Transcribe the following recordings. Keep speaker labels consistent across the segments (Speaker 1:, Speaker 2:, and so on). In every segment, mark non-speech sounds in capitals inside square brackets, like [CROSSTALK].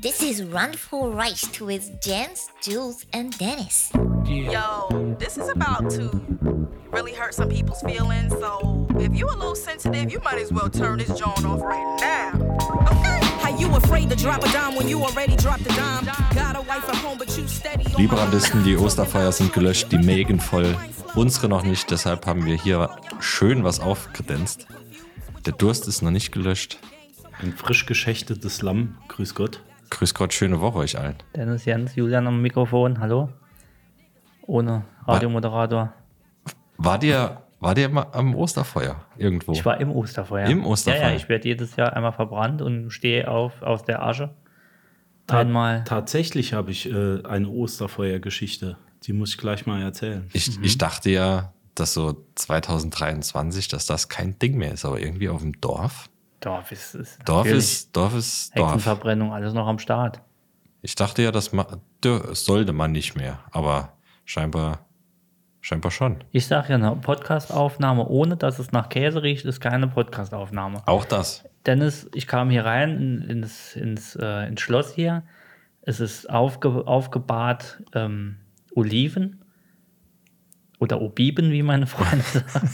Speaker 1: This is Run for Rice with Jens, Jules, and Dennis.
Speaker 2: Yo, this is about to really hurt some people's feelings. So if you a little sensitive, you might as well turn this joint off right now. Okay? How you afraid to drop a dime when you already dropped a dime? Got a wife at home, but you steady. on my-
Speaker 3: Liebrandisten, die Osterfeier sind gelöscht, die Mägen voll. Unsere noch nicht, deshalb haben wir hier schön was aufgedänzt. Der Durst ist noch nicht gelöscht.
Speaker 4: Ein frisch geschächtetes Lamm, grüß Gott.
Speaker 3: Grüß Gott, schöne Woche euch allen.
Speaker 5: Dennis Jens, Julian am Mikrofon, hallo. Ohne Radiomoderator.
Speaker 3: War dir, war dir mal am Osterfeuer irgendwo?
Speaker 5: Ich war im Osterfeuer.
Speaker 3: Im Osterfeuer.
Speaker 5: Ja, ja, ich werde jedes Jahr einmal verbrannt und stehe auf aus der Asche. Einmal.
Speaker 4: Tatsächlich habe ich äh, eine Osterfeuergeschichte. Die muss ich gleich mal erzählen.
Speaker 5: Mhm.
Speaker 3: ich, ich dachte ja, dass so 2023, dass das kein Ding mehr ist, aber irgendwie auf dem Dorf.
Speaker 5: Dorf ist, ist
Speaker 3: Dorf
Speaker 5: natürlich
Speaker 3: ist Dorf ist Dorf.
Speaker 5: Hexenverbrennung, alles noch am Start.
Speaker 3: Ich dachte ja, das ma- dö- sollte man nicht mehr, aber scheinbar, scheinbar schon.
Speaker 5: Ich sage ja, eine Podcastaufnahme, ohne dass es nach Käse riecht, ist keine Podcastaufnahme.
Speaker 3: Auch das.
Speaker 5: Dennis, ich kam hier rein in, ins, ins, äh, ins Schloss hier. Es ist aufge, aufgebahrt ähm, Oliven oder Obiben, wie
Speaker 3: [LAUGHS]
Speaker 5: meine Freunde sagen.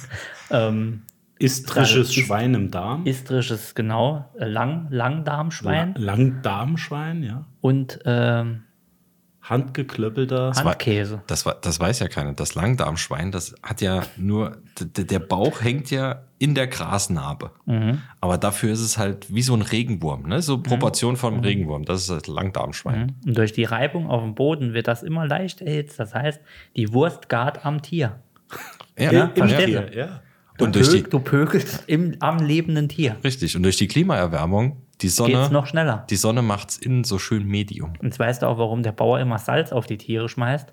Speaker 5: ähm,
Speaker 4: Istrisches
Speaker 5: Also, ist-
Speaker 4: Schwein im Darm.
Speaker 5: istrisches, genau, äh, Lang, Langdarmschwein
Speaker 4: La- Langdarmschwein, ja.
Speaker 5: und ähm,
Speaker 4: Handgeklöppelter.
Speaker 3: war-
Speaker 5: Handkäse.
Speaker 3: Das, wa- das weiß ja keiner. Das Langdarmschwein, das hat ja nur, d- d- der Bauch hängt ja in der Grasnarbe.
Speaker 5: Mhm.
Speaker 3: Aber dafür ist es halt wie so ein Regenwurm, ne? So Proportion von einem
Speaker 5: Mhm.
Speaker 3: Regenwurm. Das ist das Langdarmschwein.
Speaker 5: Hm? Und durch die Reibung auf dem Boden wird das immer leicht erhitzt. Das heißt, die Wurst gart am Tier. Äh,
Speaker 3: Ja,
Speaker 4: Im- im
Speaker 5: verstehe.
Speaker 4: Tier, ja.
Speaker 3: Und durch die,
Speaker 5: Pö- du pökelst im, am lebenden Tier.
Speaker 3: richtig. Und durch die Klimaerwärmung, die
Speaker 5: Geht's
Speaker 3: Sonne,
Speaker 5: noch schneller.
Speaker 3: die Sonne macht's innen so schön Medium.
Speaker 5: Und jetzt weißt du auch, warum der Bauer immer Salz auf die Tiere schmeißt.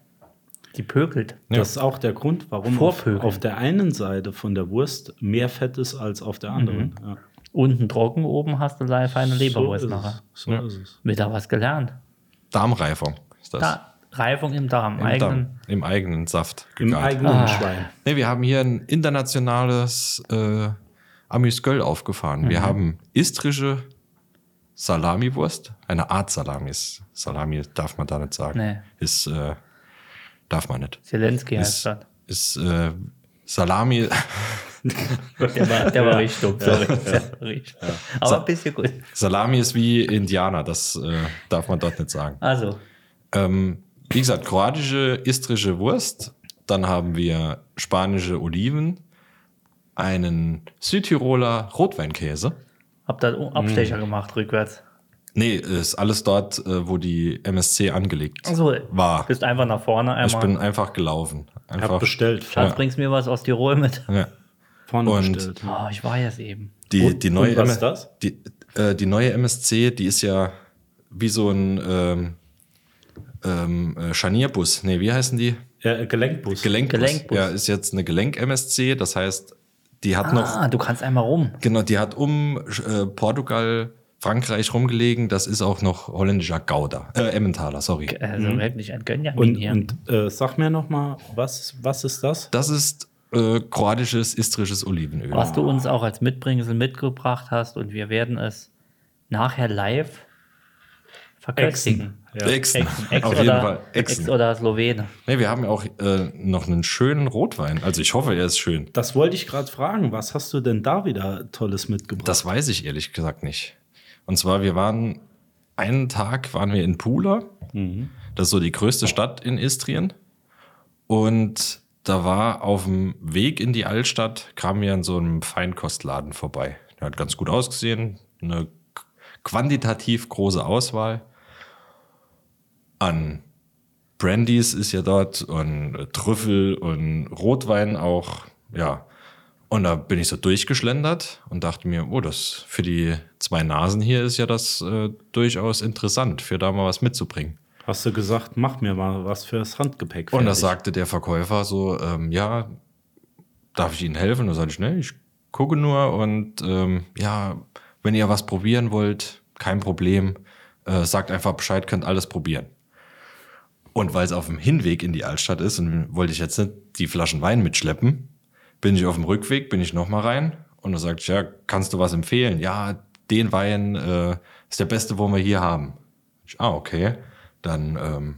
Speaker 5: Die pökelt.
Speaker 4: Das ist auch der Grund, warum auf,
Speaker 5: Vorpökeln.
Speaker 4: auf der einen Seite von der Wurst mehr Fett ist als auf der
Speaker 5: Mhm.
Speaker 4: anderen. Ja.
Speaker 5: Unten trocken, oben hast du le- feine Leberwurst
Speaker 4: so ist es.
Speaker 5: nachher.
Speaker 4: So ist es.
Speaker 5: Wieder was gelernt.
Speaker 3: Darmreifung ist das.
Speaker 5: Da, Reifung im Darm.
Speaker 3: Im,
Speaker 5: eigenen.
Speaker 3: Darm, Im eigenen Saft.
Speaker 4: Im
Speaker 3: gegart.
Speaker 4: eigenen
Speaker 5: Ah.
Speaker 4: Schwein.
Speaker 3: Nee, wir haben hier ein internationales äh, Amüsgöl aufgefahren. Wir haben istrische Salamiwurst, eine Art Salamis. Salami darf man da nicht sagen.
Speaker 5: Nee.
Speaker 3: Ist, äh, darf man nicht.
Speaker 5: Zelensky heißt
Speaker 3: Ist,
Speaker 5: das.
Speaker 3: ist äh, Salami, [LAUGHS]
Speaker 5: Der war, der war richtig dumm. Sorry. Der war richtig. Aber ein bisschen gut.
Speaker 3: Salami ist wie Indianer, das äh, darf man dort nicht sagen.
Speaker 5: Also,
Speaker 3: Ähm, wie gesagt, kroatische, istrische Wurst. Dann haben wir spanische Oliven, einen Südtiroler Rotweinkäse.
Speaker 5: hab da einen Abstecher gemacht, rückwärts.
Speaker 3: Nee, ist alles dort, äh, wo die MSC angelegt
Speaker 5: Also,
Speaker 3: war.
Speaker 5: bist einfach nach vorne
Speaker 3: Ich bin
Speaker 5: einmal.
Speaker 3: einfach gelaufen.
Speaker 4: Hab
Speaker 3: Einfach.
Speaker 4: bestellt.
Speaker 5: Schatz,
Speaker 3: ja.
Speaker 5: bringst mir was aus Tirol mit.
Speaker 3: Ja.
Speaker 4: Vorne
Speaker 3: Und-
Speaker 4: bestellt.
Speaker 5: Oh, ich war jetzt eben.
Speaker 3: Die,
Speaker 4: Und-
Speaker 3: die neue
Speaker 4: und was
Speaker 3: M-
Speaker 4: ist das?
Speaker 3: Die, äh, die neue MSC, die ist ja wie so ein ähm, ähm, äh, Scharnierbus. Nee, wie heißen die?
Speaker 4: Äh, Gelenkbus.
Speaker 3: Gelenkbus.
Speaker 5: Gelenkbus.
Speaker 3: Ja, ist jetzt eine Gelenk-MSC. Das heißt, die hat noch,
Speaker 5: Ah, du kannst einmal rum.
Speaker 3: genau, die hat um äh, Portugal, Frankreich rumgelegen. Das ist auch noch holländischer Gouda. Äh, Emmentaler, sorry.
Speaker 5: Also wirklich ein Gönjamin
Speaker 4: und
Speaker 5: hier.
Speaker 4: und äh, sag mir nochmal, was, was ist das?
Speaker 3: Das ist äh, kroatisches, istrisches Olivenöl.
Speaker 5: was du uns auch als Mitbringsel mitgebracht hast und wir werden es nachher live verköstigen.
Speaker 4: Ja.
Speaker 3: Echsen.
Speaker 5: Echsen, Ex
Speaker 3: Auf
Speaker 5: oder,
Speaker 3: jeden Fall.
Speaker 5: Ex
Speaker 3: Echsen.
Speaker 5: oder Slowene.
Speaker 3: Nee, wir haben ja auch äh, noch einen schönen Rotwein. Also ich hoffe, er ist schön.
Speaker 4: Das wollte ich gerade fragen. Was hast du denn da wieder Tolles mitgebracht?
Speaker 3: Das weiß ich ehrlich gesagt nicht. Und zwar, wir waren einen Tag waren wir in Pula. Das ist so die größte Stadt in Istrien. Und da war auf dem Weg in die Altstadt, kamen wir an so einem Feinkostladen vorbei. Der hat ganz gut ausgesehen, eine k- quantitativ große Auswahl an Brandies ist ja dort und äh, Trüffel und Rotwein auch, ja. Und da bin ich so durchgeschlendert und dachte mir, oh, das für die zwei Nasen hier ist ja das äh, durchaus interessant, für da mal was mitzubringen.
Speaker 4: hast du gesagt, mach mir mal was fürs Handgepäck.
Speaker 3: Und das
Speaker 4: fertig.
Speaker 3: sagte der Verkäufer so, ähm, ja, darf ich Ihnen helfen? Da sage ich, ne, ich gucke nur und ähm, ja, wenn ihr was probieren wollt, kein Problem, äh, sagt einfach Bescheid, könnt alles probieren. Und weil es auf dem Hinweg in die Altstadt ist und wollte ich jetzt nicht die Flaschen Wein mitschleppen, bin ich auf dem Rückweg, bin ich nochmal rein und da sagt ich, ja, kannst du was empfehlen? Ja, den Wein äh, ist der beste, wo wir hier haben. Ich, ah, okay. Dann ähm,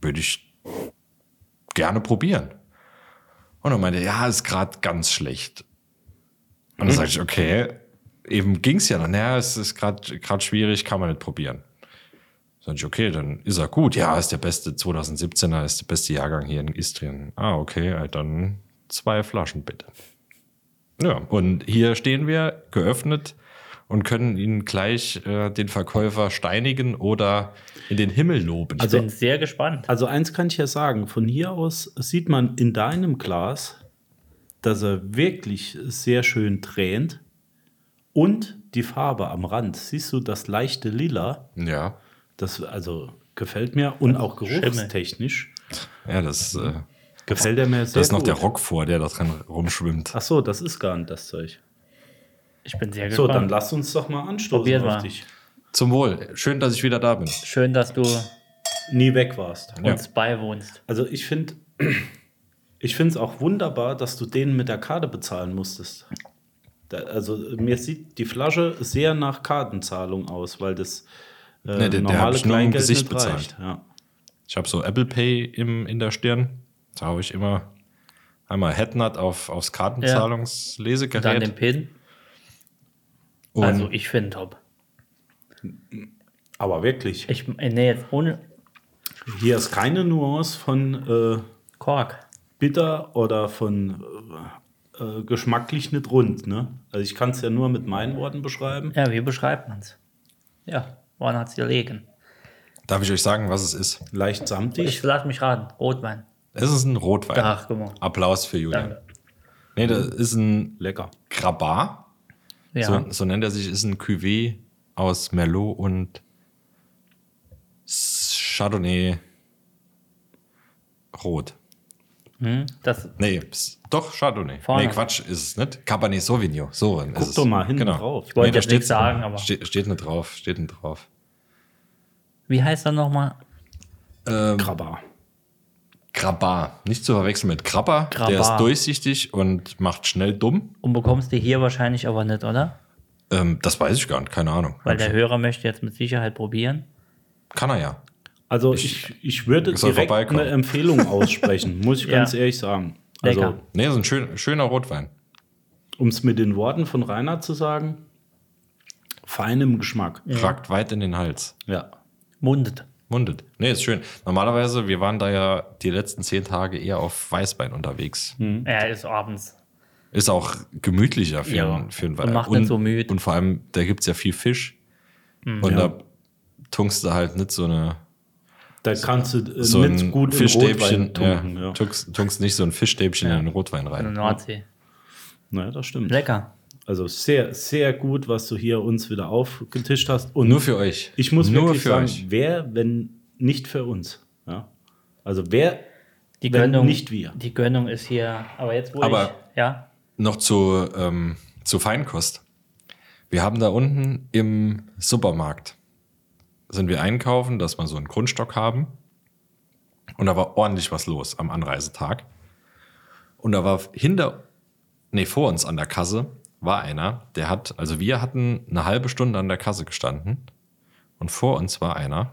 Speaker 3: würde ich gerne probieren. Und er meinte, ja, ist gerade ganz schlecht. Und dann sage ich, okay, eben ging's ja noch. Naja, es ist gerade gerade schwierig, kann man nicht probieren. Sag ich, okay, dann ist er gut. Ja, ist der beste 2017er, ist der beste Jahrgang hier in Istrien. Ah, okay, äh, dann zwei Flaschen bitte. Ja, und hier stehen wir, geöffnet und können Ihnen gleich äh, den Verkäufer steinigen oder in den Himmel loben.
Speaker 5: Ich bin sehr gespannt.
Speaker 4: Also eins kann ich ja sagen, von hier aus sieht man in deinem Glas, dass er wirklich sehr schön tränt und die Farbe am Rand. Siehst du das leichte Lila?
Speaker 3: ja,
Speaker 4: Das also gefällt mir und auch geruchstechnisch
Speaker 3: ja, das, äh,
Speaker 4: gefällt er mir sehr
Speaker 3: da ist noch
Speaker 4: gut.
Speaker 3: der Rock vor, der da dran rumschwimmt.
Speaker 4: Ach so, das ist gar nicht das Zeug.
Speaker 5: Ich bin sehr
Speaker 4: So,
Speaker 5: gespannt.
Speaker 4: dann lass uns doch mal anstoßen
Speaker 5: Probier
Speaker 4: auf
Speaker 5: mal.
Speaker 4: dich.
Speaker 3: Zum Wohl. Schön, dass ich wieder da bin.
Speaker 5: Schön, dass du
Speaker 4: Nie weg warst.
Speaker 3: Ja.
Speaker 5: uns beiwohnst.
Speaker 4: Also ich finde, ich finde es auch wunderbar, dass du den mit der Karte bezahlen musstest. Da, also mir sieht die Flasche sehr nach Kartenzahlung aus, weil das äh,
Speaker 3: Nee, Ne, der- der hab
Speaker 4: normale
Speaker 3: ich nur im
Speaker 4: Kleingeld
Speaker 3: Gesicht
Speaker 4: nicht
Speaker 3: bezahlt.
Speaker 4: reicht. Ja.
Speaker 3: Ich habe so Apple Pay im, in der Stirn. Da habe ich immer einmal Headnut auf, aufs
Speaker 5: Und dann
Speaker 3: Kartenzahlungslesegerät.
Speaker 5: den Pin.
Speaker 3: und
Speaker 5: also ich finde top.
Speaker 4: Aber wirklich,
Speaker 5: Ich äh, nee, jetzt ohne
Speaker 4: hier ist keine Nuance von äh,
Speaker 5: Kork.
Speaker 4: bitter oder von äh, äh, geschmacklich nicht rund. Ne? Also ich kann es ja nur mit meinen Worten beschreiben.
Speaker 5: Ja, wie beschreibt man's? Ja, woran hat's gelegen?
Speaker 3: darf ich euch sagen, was es ist?
Speaker 4: Leicht
Speaker 5: Ich
Speaker 4: samtig.
Speaker 5: lass mich raten. Rotwein.
Speaker 3: Es ist ein Rotwein.
Speaker 5: Ach, guck mal.
Speaker 3: Applaus für Julian.
Speaker 5: Danke.
Speaker 3: Nee, das ist ein
Speaker 4: Lecker.
Speaker 3: Grabar.
Speaker 5: Ja.
Speaker 3: So, so nennt er sich, ist ein Cuvée aus Merlot und Chardonnay Rot.
Speaker 5: das
Speaker 3: Nee, ps- doch Chardonnay.
Speaker 5: Vorne.
Speaker 3: Nee, Quatsch, ist es nicht. Cabernet Sauvignon, so rin ist
Speaker 4: Guck
Speaker 3: es. Genau.
Speaker 4: doch mal hinten drauf.
Speaker 5: Ich wollte
Speaker 3: da
Speaker 5: jetzt nichts
Speaker 3: steht's-
Speaker 5: sagen, aber-
Speaker 3: Steht, steht nicht drauf, steht nicht drauf.
Speaker 5: wie heißt er nochmal?
Speaker 4: Krabber.
Speaker 3: Grabar, nicht zu verwechseln mit Krabber. Der
Speaker 5: Grabar.
Speaker 3: ist durchsichtig und macht schnell dumm.
Speaker 5: Und bekommst du hier wahrscheinlich aber nicht, oder?
Speaker 3: Ähm, das weiß ich gar nicht, keine Ahnung.
Speaker 5: Weil der Hörer möchte jetzt mit Sicherheit probieren.
Speaker 3: Kann er ja.
Speaker 4: Also ich, ich würde
Speaker 3: soll
Speaker 4: direkt
Speaker 3: vorbeikommen.
Speaker 4: eine
Speaker 3: [LAUGHS]
Speaker 4: Empfehlung aussprechen, muss ich
Speaker 5: Ja.
Speaker 4: ganz ehrlich sagen. Also,
Speaker 5: Lecker.
Speaker 3: Nee, ist ein schön, schöner Rotwein.
Speaker 4: um es mit den Worten von Rainer zu sagen, fein im Geschmack.
Speaker 3: Ragt weit in den Hals.
Speaker 4: Ja.
Speaker 5: Mundet.
Speaker 3: Mundet. Nee, ist schön. Normalerweise, wir waren da ja die letzten zehn Tage eher auf Weißwein unterwegs.
Speaker 5: Hm? Er ist abends.
Speaker 3: Ist auch gemütlicher für,
Speaker 5: Ja.
Speaker 3: einen, für einen
Speaker 5: Und
Speaker 3: Wein.
Speaker 5: macht nicht so müde. Mhm.
Speaker 3: Und vor allem, da gibt es ja viel Fisch. Und
Speaker 4: Ja.
Speaker 3: da tunkst du halt nicht so eine.
Speaker 4: Da kannst du äh,
Speaker 3: So
Speaker 4: nicht
Speaker 3: ein
Speaker 4: gut in Rotwein
Speaker 3: Fischstäbchen.
Speaker 4: tunken.
Speaker 3: ja,
Speaker 4: Ja. Genau.
Speaker 3: Tunkst, tunkst nicht so ein Fischstäbchen in den Rotwein
Speaker 5: In der
Speaker 3: rein.
Speaker 5: Nordsee.
Speaker 4: Naja, das stimmt.
Speaker 5: Lecker.
Speaker 4: Also sehr, sehr gut, was du hier uns wieder aufgetischt hast. Und
Speaker 3: Nur für euch.
Speaker 4: ich muss
Speaker 3: Nur
Speaker 4: wirklich
Speaker 3: für
Speaker 4: sagen,
Speaker 3: euch.
Speaker 4: wer, wenn nicht für uns? Ja? Also wer,
Speaker 5: Die
Speaker 4: wenn
Speaker 5: Gönnung,
Speaker 4: nicht wir?
Speaker 5: Die Gönnung ist hier. Aber jetzt wo
Speaker 3: Aber-
Speaker 5: ich. Ja.
Speaker 3: Noch zu, ähm, zu Feinkost. Wir haben da unten im Supermarkt sind wir einkaufen, dass wir so einen Grundstock haben. Und da war ordentlich was los am Anreisetag. Und da war hinter, nee, vor uns an der Kasse war einer, der hat, also wir hatten eine halbe Stunde an der Kasse gestanden. Und vor uns war einer,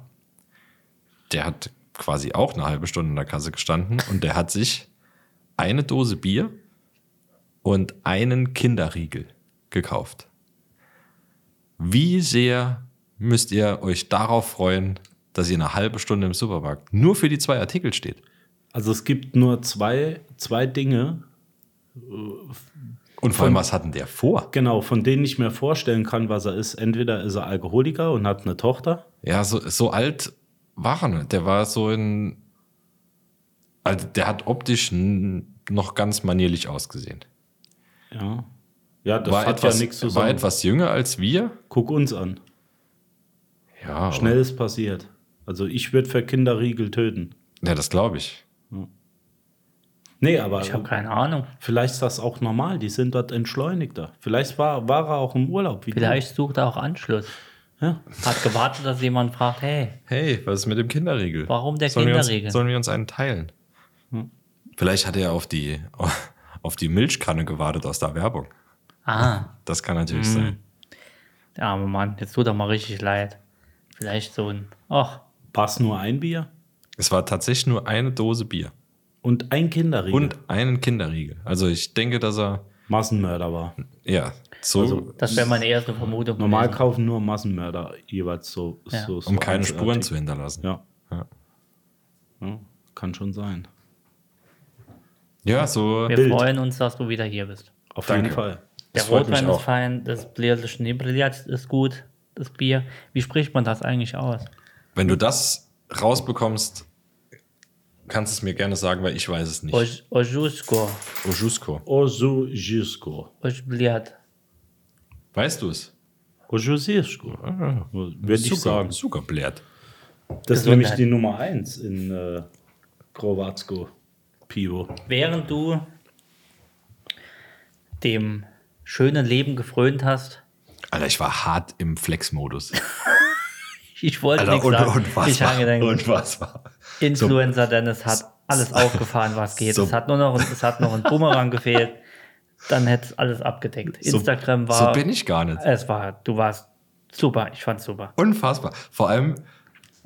Speaker 3: der hat quasi auch eine halbe Stunde an der Kasse gestanden. Und der hat sich eine Dose Bier und einen Kinderriegel gekauft. Wie sehr müsst ihr euch darauf freuen, dass ihr eine halbe Stunde im Supermarkt nur für die zwei Artikel steht?
Speaker 4: Also es gibt nur zwei, zwei Dinge,
Speaker 3: Und vor allem, was hatten der vor?
Speaker 4: Genau, von denen ich mir vorstellen kann, was er ist. Entweder ist er Alkoholiker und hat eine Tochter.
Speaker 3: Ja, so, so alt war er nicht. Der war so in. Also, der hat optisch n- noch ganz manierlich ausgesehen.
Speaker 4: Ja, ja das
Speaker 3: war
Speaker 4: hat
Speaker 3: etwas,
Speaker 4: ja nichts zu
Speaker 3: war
Speaker 4: sagen.
Speaker 3: etwas jünger als wir.
Speaker 4: Guck uns an.
Speaker 3: Ja, aber-
Speaker 4: Schnell ist passiert. Also ich würde für Kinderriegel töten.
Speaker 3: ja das glaube ich.
Speaker 4: Nee, aber
Speaker 5: Ich habe keine Ahnung.
Speaker 4: vielleicht ist das auch normal. Die sind dort entschleunigter. Vielleicht war, war er auch im Urlaub. Wie du.
Speaker 5: Vielleicht sucht er auch Anschluss.
Speaker 4: Ja.
Speaker 5: Hat gewartet, dass jemand fragt, hey,
Speaker 3: Hey, was ist mit dem Kinderriegel?
Speaker 5: Warum der
Speaker 3: sollen Wir
Speaker 5: Kinderriegel?
Speaker 3: uns, sollen wir uns einen teilen? Vielleicht hat er auf die, [LAUGHS] auf die Milchkanne gewartet aus der Werbung.
Speaker 5: ah,
Speaker 3: Das kann natürlich sein.
Speaker 5: der arme Mann, jetzt tut er mal richtig leid. Vielleicht so ein. Ach,
Speaker 4: War es nur ein Bier
Speaker 3: Es war tatsächlich nur eine Dose Bier
Speaker 4: und ein Kinderriegel.
Speaker 3: und einen Kinderriegel. Also ich denke, dass er,
Speaker 4: Massenmörder war.
Speaker 3: ja, so um
Speaker 4: Also,
Speaker 5: das wäre meine erste Vermutung.
Speaker 4: Normal
Speaker 5: gewesen.
Speaker 4: kaufen nur Massenmörder jeweils so.
Speaker 5: Ja.
Speaker 4: so, so
Speaker 3: um keine Spuren
Speaker 4: einzigartig.
Speaker 3: zu hinterlassen.
Speaker 4: Ja.
Speaker 3: Ja.
Speaker 4: ja. Kann schon sein.
Speaker 3: Ja, so.
Speaker 5: Wir
Speaker 4: Bild.
Speaker 5: freuen uns, dass du wieder hier bist.
Speaker 4: Auf
Speaker 3: Danke.
Speaker 4: jeden Fall.
Speaker 5: Der
Speaker 3: Das freut mich
Speaker 5: Rotwein
Speaker 3: auch.
Speaker 5: ist fein, das Brillat- Schneebrillat ist gut, das Bier. Wie spricht man das eigentlich aus?
Speaker 3: Wenn du das rausbekommst, kannst es mir gerne sagen, weil ich weiß es nicht.
Speaker 5: Oj- Ojusko,
Speaker 3: Ojusko.
Speaker 4: Osujisko.
Speaker 5: Ojbliat.
Speaker 3: Weißt du es?
Speaker 4: Osujisko. Würde ich sagen.
Speaker 3: Zucker blärt.
Speaker 4: Das ist
Speaker 5: Gesundheit.
Speaker 4: nämlich die Nummer 1 in äh, Growatsko Pivo.
Speaker 5: Während du dem schönen Leben gefrönt hast,
Speaker 3: Alter, ich war hart im Flex-Modus.
Speaker 5: ich wollte
Speaker 3: Alter,
Speaker 5: nichts
Speaker 3: und,
Speaker 5: sagen.
Speaker 3: und was
Speaker 5: ich habe
Speaker 3: war?
Speaker 5: gedacht,
Speaker 3: Und was war?
Speaker 5: Influencer Dennis hat
Speaker 3: [LAUGHS]
Speaker 5: alles aufgefahren, was geht.
Speaker 3: so-
Speaker 5: es hat nur noch, es hat noch ein Bumerang gefehlt. Dann hätte es alles abgedeckt.
Speaker 3: So-
Speaker 5: Instagram war,
Speaker 3: So bin ich gar nicht.
Speaker 5: es war, du warst super. Ich fand's super.
Speaker 3: Unfassbar. Vor allem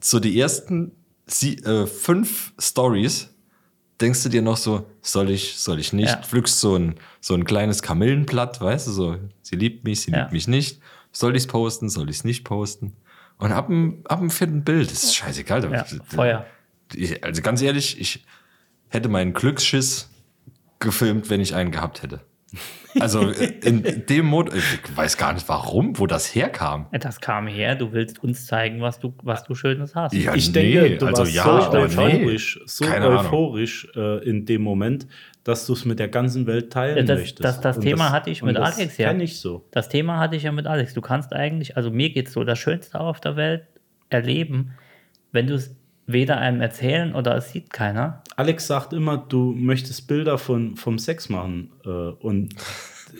Speaker 3: so die ersten sie, äh, fünf Stories denkst du dir noch so, soll ich, soll ich nicht?
Speaker 5: Ja.
Speaker 3: Pflückst so ein, so ein kleines Kamillenblatt, weißt du, so, sie liebt mich, sie
Speaker 5: Ja.
Speaker 3: liebt mich nicht. Soll ich es posten, soll ich es nicht posten? Und ab dem, ab dem vierten Bild, das ist scheißegal. da-
Speaker 5: Ja,
Speaker 3: da-
Speaker 5: Feuer.
Speaker 3: Ich, also ganz ehrlich, ich hätte meinen Glücksschiss gefilmt, wenn ich einen gehabt hätte. Also äh,
Speaker 5: [LAUGHS]
Speaker 3: in dem Mod, ich weiß gar nicht warum, wo das herkam.
Speaker 5: Das kam her, du willst uns zeigen, was du, was du Schönes hast.
Speaker 3: Ja,
Speaker 4: ich
Speaker 3: nee,
Speaker 4: denke, du
Speaker 3: also
Speaker 4: warst
Speaker 3: ja,
Speaker 4: so
Speaker 3: aber nee.
Speaker 4: euphorisch, so
Speaker 3: Keine Ahnung.
Speaker 4: euphorisch äh, in dem Moment, dass du es mit der ganzen Welt teilen
Speaker 5: Ja, das-
Speaker 4: möchtest.
Speaker 5: das- das
Speaker 4: Und
Speaker 5: Thema hatte ich
Speaker 4: und
Speaker 5: mit
Speaker 4: das
Speaker 5: Alex, ja.
Speaker 4: Kenn ich so.
Speaker 5: Das Thema hatte ich ja mit Alex. Du kannst eigentlich, also mir geht's so, das Schönste auf der Welt erleben, wenn du es weder einem erzählen oder es sieht keiner.
Speaker 4: Alex sagt immer, du möchtest Bilder von, vom Sex machen äh, und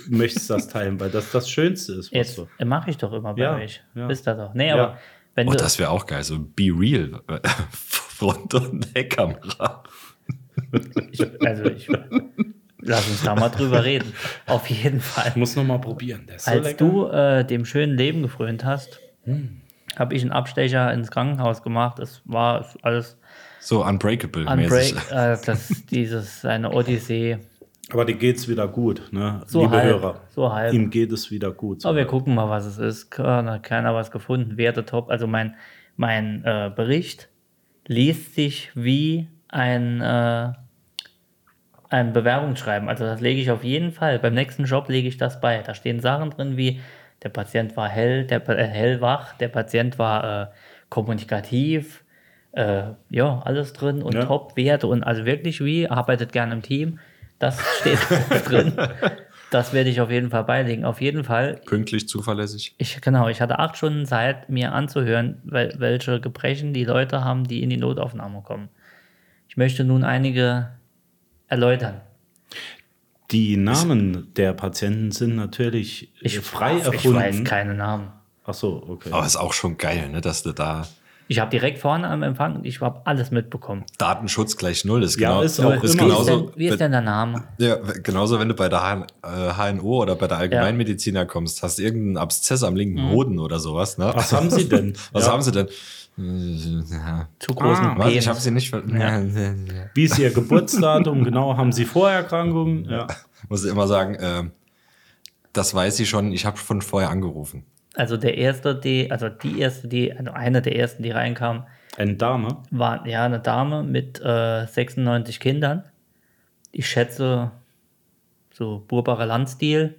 Speaker 4: möchtest das teilen, weil das das Schönste ist. was
Speaker 5: Jetzt
Speaker 4: so-
Speaker 5: mache ich doch immer bei
Speaker 4: Ja,
Speaker 5: euch.
Speaker 4: ja.
Speaker 5: Wisst ihr doch. Nee,
Speaker 4: Ja.
Speaker 5: aber wenn
Speaker 3: Oh,
Speaker 5: du.
Speaker 3: das wäre auch geil. So Be Real. [LAUGHS] Front- und Heckkamera.
Speaker 5: Ich, also ich lass uns da mal drüber reden. Auf jeden Fall.
Speaker 4: Ich muss nochmal probieren. Der ist so
Speaker 5: Als
Speaker 4: lecker.
Speaker 5: du äh, dem schönen Leben gefrönt hast, habe ich einen Abstecher ins Krankenhaus gemacht. Es war alles
Speaker 3: So Unbreakable-mäßig.
Speaker 5: unbreak, äh, das, dieses seine Odyssee.
Speaker 4: Aber dir geht's wieder gut, ne?
Speaker 5: So
Speaker 4: Liebe
Speaker 5: halb,
Speaker 4: Hörer.
Speaker 5: so halb.
Speaker 4: Ihm geht es wieder gut.
Speaker 5: Aber wir gucken mal, was es ist. Keiner, keiner was gefunden. Werte top. Also mein, mein äh, Bericht liest sich wie ein, äh, ein Bewerbungsschreiben. Also das lege ich auf jeden Fall. Beim nächsten Job lege ich das bei. Da stehen Sachen drin wie, der Patient war hell, der, Pa- äh, hellwach, der Patient war äh, kommunikativ. Äh, ja, alles drin und
Speaker 4: Ja.
Speaker 5: Top-Werte und also wirklich wie, arbeitet gerne im Team. Das steht [LAUGHS] drin. Das werde ich auf jeden Fall beilegen. Auf jeden Fall,
Speaker 3: Pünktlich, zuverlässig.
Speaker 5: ich, genau, ich hatte acht Stunden Zeit, mir anzuhören, wel- welche Gebrechen die Leute haben, die in die Notaufnahme kommen. Ich möchte nun einige erläutern.
Speaker 4: Die Namen der Patienten sind natürlich äh,
Speaker 5: Ich,
Speaker 4: frei
Speaker 5: ich
Speaker 4: erfunden.
Speaker 5: weiß keine Namen.
Speaker 4: Ach so, okay.
Speaker 3: Aber ist auch schon geil, ne, dass du da
Speaker 5: Ich habe direkt vorne am Empfang, ich habe alles mitbekommen.
Speaker 3: Datenschutz gleich null ist.
Speaker 4: Ja,
Speaker 3: Genau,
Speaker 4: ist auch
Speaker 3: ist
Speaker 4: immer-
Speaker 5: Wie ist,
Speaker 3: genauso,
Speaker 5: denn, wie
Speaker 4: äh,
Speaker 5: ist denn der Name?
Speaker 3: wenn, ja, genauso, wenn du bei der H- äh, HNO oder bei der Allgemeinmediziner kommst, hast irgendeinen Abszess am linken Hoden oder sowas. Ne?
Speaker 4: Mhm. Was haben sie denn?
Speaker 3: [LAUGHS] Was
Speaker 4: Ja.
Speaker 3: haben sie denn? Äh, Ja.
Speaker 5: Zu großen
Speaker 3: Was?
Speaker 5: Penis.
Speaker 3: Ich habe sie nicht ver [LAUGHS] ja.
Speaker 4: Wie ist ihr
Speaker 5: [LAUGHS]
Speaker 4: Geburtsdatum? genau, haben sie Vorerkrankungen? Ja.
Speaker 3: Muss ich immer sagen, äh, das weiß sie schon. Ich habe schon vorher angerufen.
Speaker 5: Also der erste, die, also die erste, die, also eine der ersten, die reinkam,
Speaker 4: Eine Dame?
Speaker 5: war ja eine Dame mit äh, 96 Kindern. Ich schätze, so Burbacher Landstil,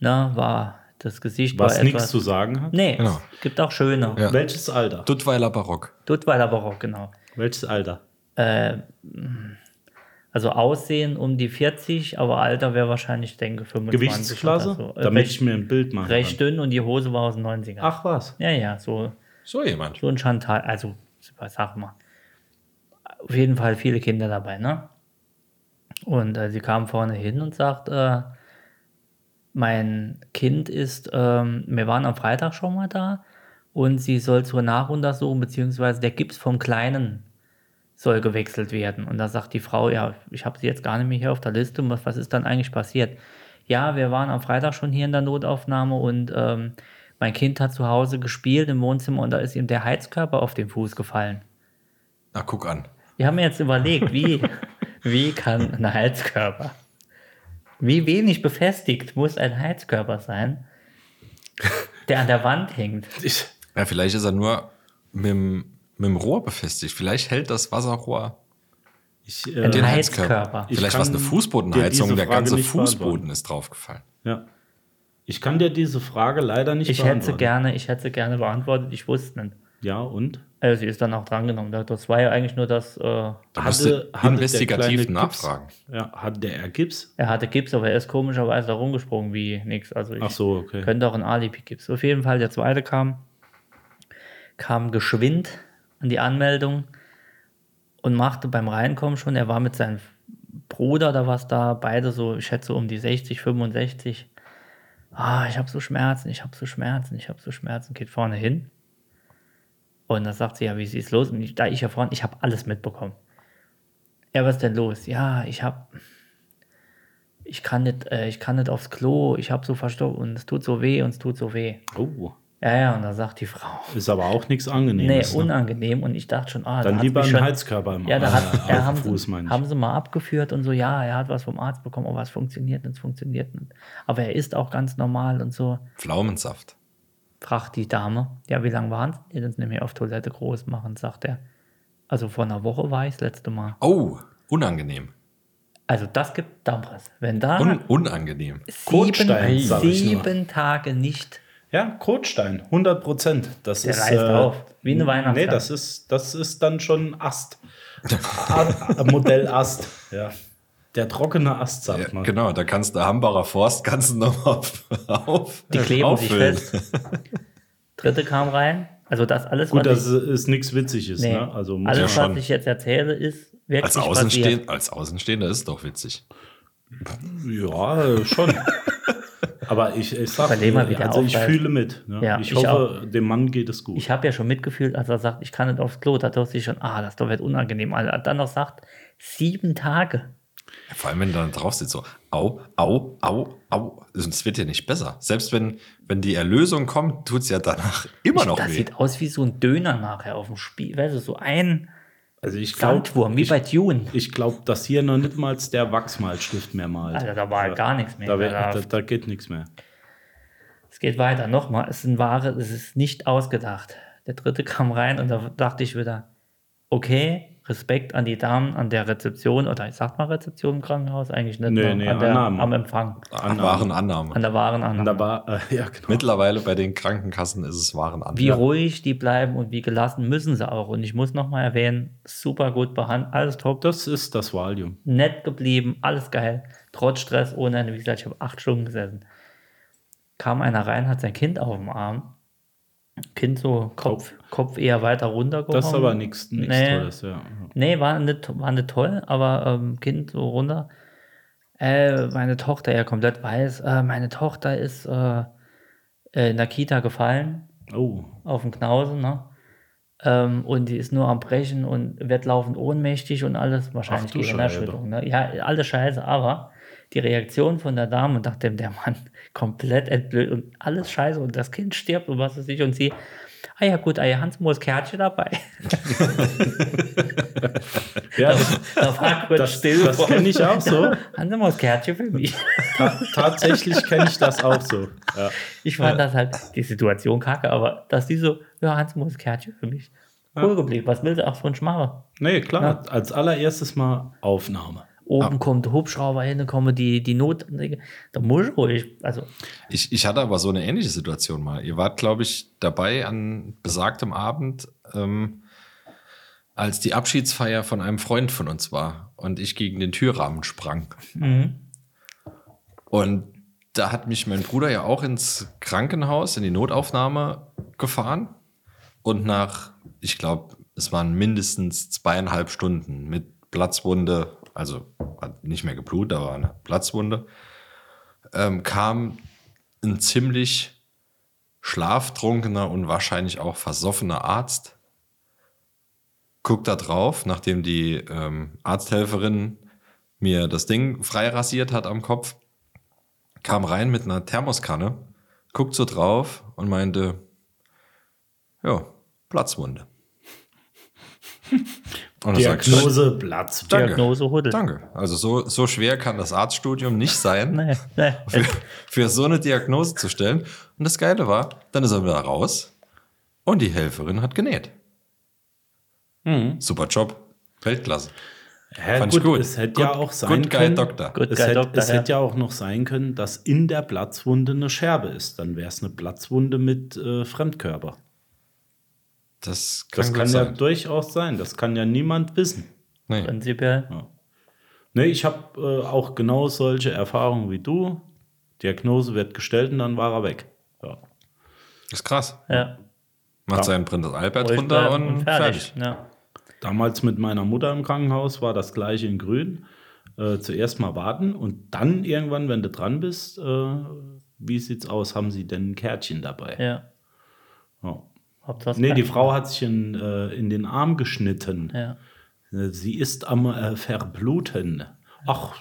Speaker 5: ne, war das Gesicht
Speaker 4: Was
Speaker 5: war
Speaker 4: nichts
Speaker 5: etwas.
Speaker 4: zu sagen hat?
Speaker 5: nee,
Speaker 3: Genau.
Speaker 5: es gibt auch schöne.
Speaker 3: Ja.
Speaker 4: Welches Alter?
Speaker 3: Duttweiler Barock.
Speaker 5: Duttweiler Barock, genau.
Speaker 4: Welches Alter?
Speaker 5: Also Aussehen um die 40, aber Alter wäre wahrscheinlich, denke 25
Speaker 4: Gewichtsklasse?
Speaker 5: oder so. Äh,
Speaker 4: Damit
Speaker 5: recht,
Speaker 4: ich mir ein Bild machen
Speaker 5: recht
Speaker 4: kann.
Speaker 5: dünn und die Hose war aus den 90ern.
Speaker 4: Ach was.
Speaker 5: Ja, ja, so
Speaker 3: So jemand.
Speaker 5: So ein Chantal, also, sag mal. Auf jeden Fall viele Kinder dabei, ne? Und äh, sie kam vorne hin und sagt, äh, mein Kind ist, ähm, wir waren am Freitag schon mal da und sie soll zur Nachuntersuchung, beziehungsweise der Gips vom Kleinen soll gewechselt werden. Und da sagt die Frau, ja, ich habe sie jetzt gar nicht mehr hier auf der Liste, um was, was ist dann eigentlich passiert? Ja, wir waren am Freitag schon hier in der Notaufnahme und ähm, Mein Kind hat zu Hause gespielt im Wohnzimmer und da ist ihm der Heizkörper auf den Fuß gefallen.
Speaker 3: Na, guck an.
Speaker 5: Wir haben jetzt überlegt, wie, wie kann ein Heizkörper, wie wenig befestigt muss ein Heizkörper sein, der an der Wand hängt.
Speaker 4: Ich,
Speaker 3: Ja, vielleicht ist er nur mit dem, mit dem Rohr befestigt. Vielleicht hält das Wasserrohr
Speaker 4: ich,
Speaker 5: Ein
Speaker 4: äh,
Speaker 5: Heizkörper.
Speaker 4: Ich
Speaker 3: Vielleicht war es
Speaker 4: kann
Speaker 3: eine
Speaker 4: dir diese
Speaker 3: Fußbodenheizung, der
Speaker 4: Frage
Speaker 3: ganze
Speaker 4: nicht
Speaker 3: Fußboden
Speaker 4: beantworten.
Speaker 3: ist draufgefallen.
Speaker 4: ja. ich kann dir diese Frage leider nicht
Speaker 5: Ich hätte
Speaker 4: beantworten.
Speaker 5: gerne, ich hätte gerne beantwortet, ich wusste nicht.
Speaker 4: Ja, und?
Speaker 5: Also sie ist dann auch drangenommen. Das war ja eigentlich nur das, äh, er
Speaker 3: Da musst du
Speaker 4: hatte der kleine
Speaker 3: investigativ
Speaker 4: Gips-
Speaker 3: nachfragen.
Speaker 4: Ja, hat der Herr Gips?
Speaker 5: hatte Gips, aber er ist komischerweise da rumgesprungen wie nix. Also ich
Speaker 4: Ach so, okay.
Speaker 5: könnte auch ein Alibi-Gips. Auf jeden Fall, der zweite kam, kam geschwind an die Anmeldung und machte beim Reinkommen schon, er war mit seinem Bruder oder was da, beide so, ich schätze um die 60, 65. Ah, ich habe so Schmerzen, ich habe so Schmerzen, ich habe so Schmerzen, geht vorne hin. Und dann sagt sie, ja, wie sieht's los? Und ich, da ich ja vorne, ich habe alles mitbekommen. Ja, was denn los? Ja, ich habe ich kann nicht, äh, ich kann nicht aufs Klo, ich habe so verstopft und es tut so weh und es tut so weh.
Speaker 4: Oh,
Speaker 5: Ja, ja, und da sagt die Frau,
Speaker 4: ist aber auch nichts
Speaker 5: nee,
Speaker 4: Angenehmes. ne?
Speaker 5: unangenehm und ich dachte schon, ah, da
Speaker 4: Dann
Speaker 5: hat's
Speaker 4: lieber
Speaker 5: mich
Speaker 4: einen
Speaker 5: schon-
Speaker 4: Heizkörper im
Speaker 5: Ja, da hat,
Speaker 4: äh,
Speaker 5: ja,
Speaker 4: auf
Speaker 5: haben,
Speaker 4: dem Fuß,
Speaker 5: sie,
Speaker 4: meine ich.
Speaker 5: haben sie mal abgeführt und so, ja, er hat was vom Arzt bekommen, aber es funktioniert und es funktioniert nicht. Aber er ist auch ganz normal und so.
Speaker 3: Pflaumensaft.
Speaker 5: Fragt die Dame, ja, wie lange waren sie denn jetzt nicht mehr auf Toilette groß machen, sagt er. Also vor einer Woche war ich das letzte Mal.
Speaker 3: Oh, unangenehm.
Speaker 5: Also das gibt Dampres. Wenn
Speaker 4: Ah.
Speaker 5: da
Speaker 3: Un unangenehm.
Speaker 5: sieben,
Speaker 4: Kotstein, sag ich nur.
Speaker 5: sieben Tage nicht
Speaker 4: Ja, Kotstein, 100 Prozent. Das
Speaker 5: Der
Speaker 4: ist, äh,
Speaker 5: reißt auf, wie eine
Speaker 4: Nee,
Speaker 5: Weihnachtsgans.
Speaker 4: das ist, das ist dann schon
Speaker 3: [LAUGHS]
Speaker 4: Ast. A- Modell Ast, ja. Der trockene Ast, sagt
Speaker 3: Ja,
Speaker 4: man.
Speaker 3: genau, da kannst du Hambacher Forst ganz [LAUGHS] nochmal auf.
Speaker 4: Äh,
Speaker 5: Die kleben
Speaker 3: auffüllen.
Speaker 5: sich fest. Dritte kam rein. Also das alles,
Speaker 4: Gut,
Speaker 5: was,
Speaker 4: das ist, ist nichts Witziges,
Speaker 5: ich, nee,
Speaker 4: ne? Also muss
Speaker 5: alles
Speaker 4: man-
Speaker 5: was ich jetzt erzähle, ist wirklich
Speaker 3: Als,
Speaker 5: passiert.
Speaker 3: Außenstehend, als Außenstehender ist es doch witzig.
Speaker 4: Ja, äh,
Speaker 5: [LAUGHS]
Speaker 4: schon. Aber ich, ich sag,
Speaker 5: Überleg mal, wie der
Speaker 4: also ich
Speaker 5: aufreißt.
Speaker 4: fühle mit. Ne?
Speaker 5: Ja,
Speaker 4: ich,
Speaker 5: ich
Speaker 4: hoffe, dem Mann geht es gut.
Speaker 5: Ich habe ja schon mitgefühlt, als er sagt, ich kann nicht aufs Klo. Da dachte ich schon, ah, das ist doch wird unangenehm. Als er dann noch sagt, sieben Tage.
Speaker 3: Ja, Vor allem, wenn du dann drauf sitzt, so au, au, au, au. Es wird ja nicht besser. Selbst wenn, wenn die Erlösung kommt, tut es ja danach immer noch
Speaker 5: das
Speaker 3: weh.
Speaker 5: sieht aus wie so ein Döner nachher auf dem Spiel. Weißt du, so ein
Speaker 4: also ich glaube,
Speaker 5: Sandwurm, wie bei Dune.
Speaker 4: ich glaub, dass hier noch nicht mal der Wachsmalstift mehr malt.
Speaker 5: Alter, Also, da war halt gar nichts mehr.
Speaker 4: Da, wär,
Speaker 5: Da-
Speaker 4: da, da geht nichts mehr.
Speaker 5: Es geht weiter. Nochmal, es ist ein wahre, es ist nicht ausgedacht. Der dritte kam rein und da dachte ich wieder, okay, Respekt an die Damen an der Rezeption oder ich sag mal Rezeption im Krankenhaus, eigentlich nicht.
Speaker 4: Nee,
Speaker 5: ne?
Speaker 4: nee,
Speaker 5: an der,
Speaker 4: Annahme.
Speaker 5: am Empfang.
Speaker 3: An wahren Annahme.
Speaker 5: An der wahren
Speaker 4: Und
Speaker 5: Annahme.
Speaker 4: da war, äh, ja, genau.
Speaker 3: Mittlerweile bei den Krankenkassen ist es wahren Annahme.
Speaker 5: Wie ruhig die bleiben und wie gelassen müssen sie auch. Und ich muss nochmal erwähnen, super gut behandelt, alles top,
Speaker 4: Das ist das Valium.
Speaker 5: nett geblieben, alles geil, trotz Stress, ohne Ende. Wie gesagt, ich habe acht Stunden gesessen. Kam einer rein, hat sein Kind auf dem Arm. Kind so Kopf, Kopf eher weiter runtergehauen.
Speaker 4: Das ist aber nichts nichts
Speaker 5: Nee.
Speaker 4: Tolles, ja.
Speaker 5: Nee, war nicht, war nicht toll, aber ähm, Kind so runter. Äh, meine Tochter, ja komplett weiß, äh, meine Tochter ist äh, äh, in der Kita gefallen
Speaker 4: Oh,
Speaker 5: auf dem Knausen, ne? Ähm, und die ist nur am Brechen und wird laufend ohnmächtig und alles, wahrscheinlich
Speaker 4: Ach du
Speaker 5: Gehirnerschütterung. Ne? Ja, alles scheiße, aber die Reaktion von der Dame, und nachdem der Mann [LAUGHS] komplett entblößt und alles scheiße und das Kind stirbt und was weiß ich und sie, ah ja gut, ah ja, Hans Moos Kärtchen dabei. [LAUGHS]
Speaker 4: ja,
Speaker 5: Da war
Speaker 4: [LAUGHS]
Speaker 5: kurz
Speaker 4: Das-
Speaker 5: still.
Speaker 4: das kenn ich auch so.
Speaker 5: Hans Moos Kärtchen für mich.
Speaker 4: ta tatsächlich kenne ich das auch so. Ja.
Speaker 5: Ich fand das halt die Situation kacke, aber dass die so, ja, Hans Moos Kärtchen für mich. Cool geblieben, was will sie auch von Schmarre?
Speaker 4: Nee, klar, als allererstes mal Aufnahme.
Speaker 5: Oben
Speaker 3: Ah.
Speaker 5: kommt der Hubschrauber hin, dann kommen die, die Not. Da muss ich ruhig. Also,
Speaker 3: Ich, ich hatte aber so eine ähnliche Situation mal. Ihr wart, glaube ich, dabei an besagtem Abend, ähm, als die Abschiedsfeier von einem Freund von uns war und ich gegen den Türrahmen sprang. Und da hat mich mein Bruder ja auch ins Krankenhaus, in die Notaufnahme gefahren. Und nach, ich glaube, es waren mindestens zweieinhalb Stunden mit Platzwunde, also hat nicht mehr geblutet, aber eine Platzwunde, ähm, kam ein ziemlich schlaftrunkener und wahrscheinlich auch versoffener Arzt. Guckt da drauf, nachdem die ähm, Arzthelferin mir das Ding freirasiert hat am Kopf, kam rein mit einer Thermoskanne guckt so drauf und meinte, ja, Platzwunde. Und er sagt,
Speaker 4: Diagnose Platz.
Speaker 3: Danke.
Speaker 5: Diagnose Huddel.
Speaker 3: danke. Also so, so schwer kann das Arztstudium nicht sein.
Speaker 5: Nee, nee.
Speaker 3: für, für so eine Diagnose zu stellen. Und das Geile war, dann ist er wieder raus und die Helferin hat genäht.
Speaker 5: Hm.
Speaker 3: Super Job. Weltklasse.
Speaker 4: Ja,
Speaker 3: Fand
Speaker 4: gut,
Speaker 3: ich gut.
Speaker 4: Es hätte
Speaker 3: Good-
Speaker 4: ja auch sein
Speaker 3: good guy
Speaker 4: können.
Speaker 3: Doktor.
Speaker 5: Good
Speaker 4: es
Speaker 5: guy
Speaker 4: hätte,
Speaker 5: Doktor,
Speaker 4: es
Speaker 5: ja.
Speaker 4: hätte ja auch noch sein können, dass in der Platzwunde eine Scherbe ist. Dann wäre es eine Platzwunde mit äh, Fremdkörper.
Speaker 3: Das kann,
Speaker 4: Das
Speaker 3: gut
Speaker 4: kann ja
Speaker 3: sein.
Speaker 4: durchaus sein. Das kann ja niemand wissen.
Speaker 3: Nee.
Speaker 5: Prinzipiell.
Speaker 4: Nee, ich habe äh, auch genau solche Erfahrungen wie du. Diagnose wird gestellt und dann war er weg. Ja.
Speaker 3: Ist krass.
Speaker 5: Ja.
Speaker 3: Macht seinen Prinz Albert
Speaker 5: Ruhig
Speaker 3: runter
Speaker 5: bleiben
Speaker 3: und, fertig.
Speaker 5: Ja.
Speaker 4: Damals mit meiner Mutter im Krankenhaus war das gleiche in Grün. Äh, zuerst mal warten und dann irgendwann, wenn du dran bist, äh, wie sieht's aus? Haben sie denn ein Kärtchen dabei?
Speaker 5: ja.
Speaker 4: Ja.
Speaker 5: Hauptsache
Speaker 4: Nee,
Speaker 5: kein-
Speaker 4: die Frau hat sich in, äh, in den Arm geschnitten.
Speaker 5: Ja.
Speaker 4: Äh, Sie ist am äh, Verbluten. Ach,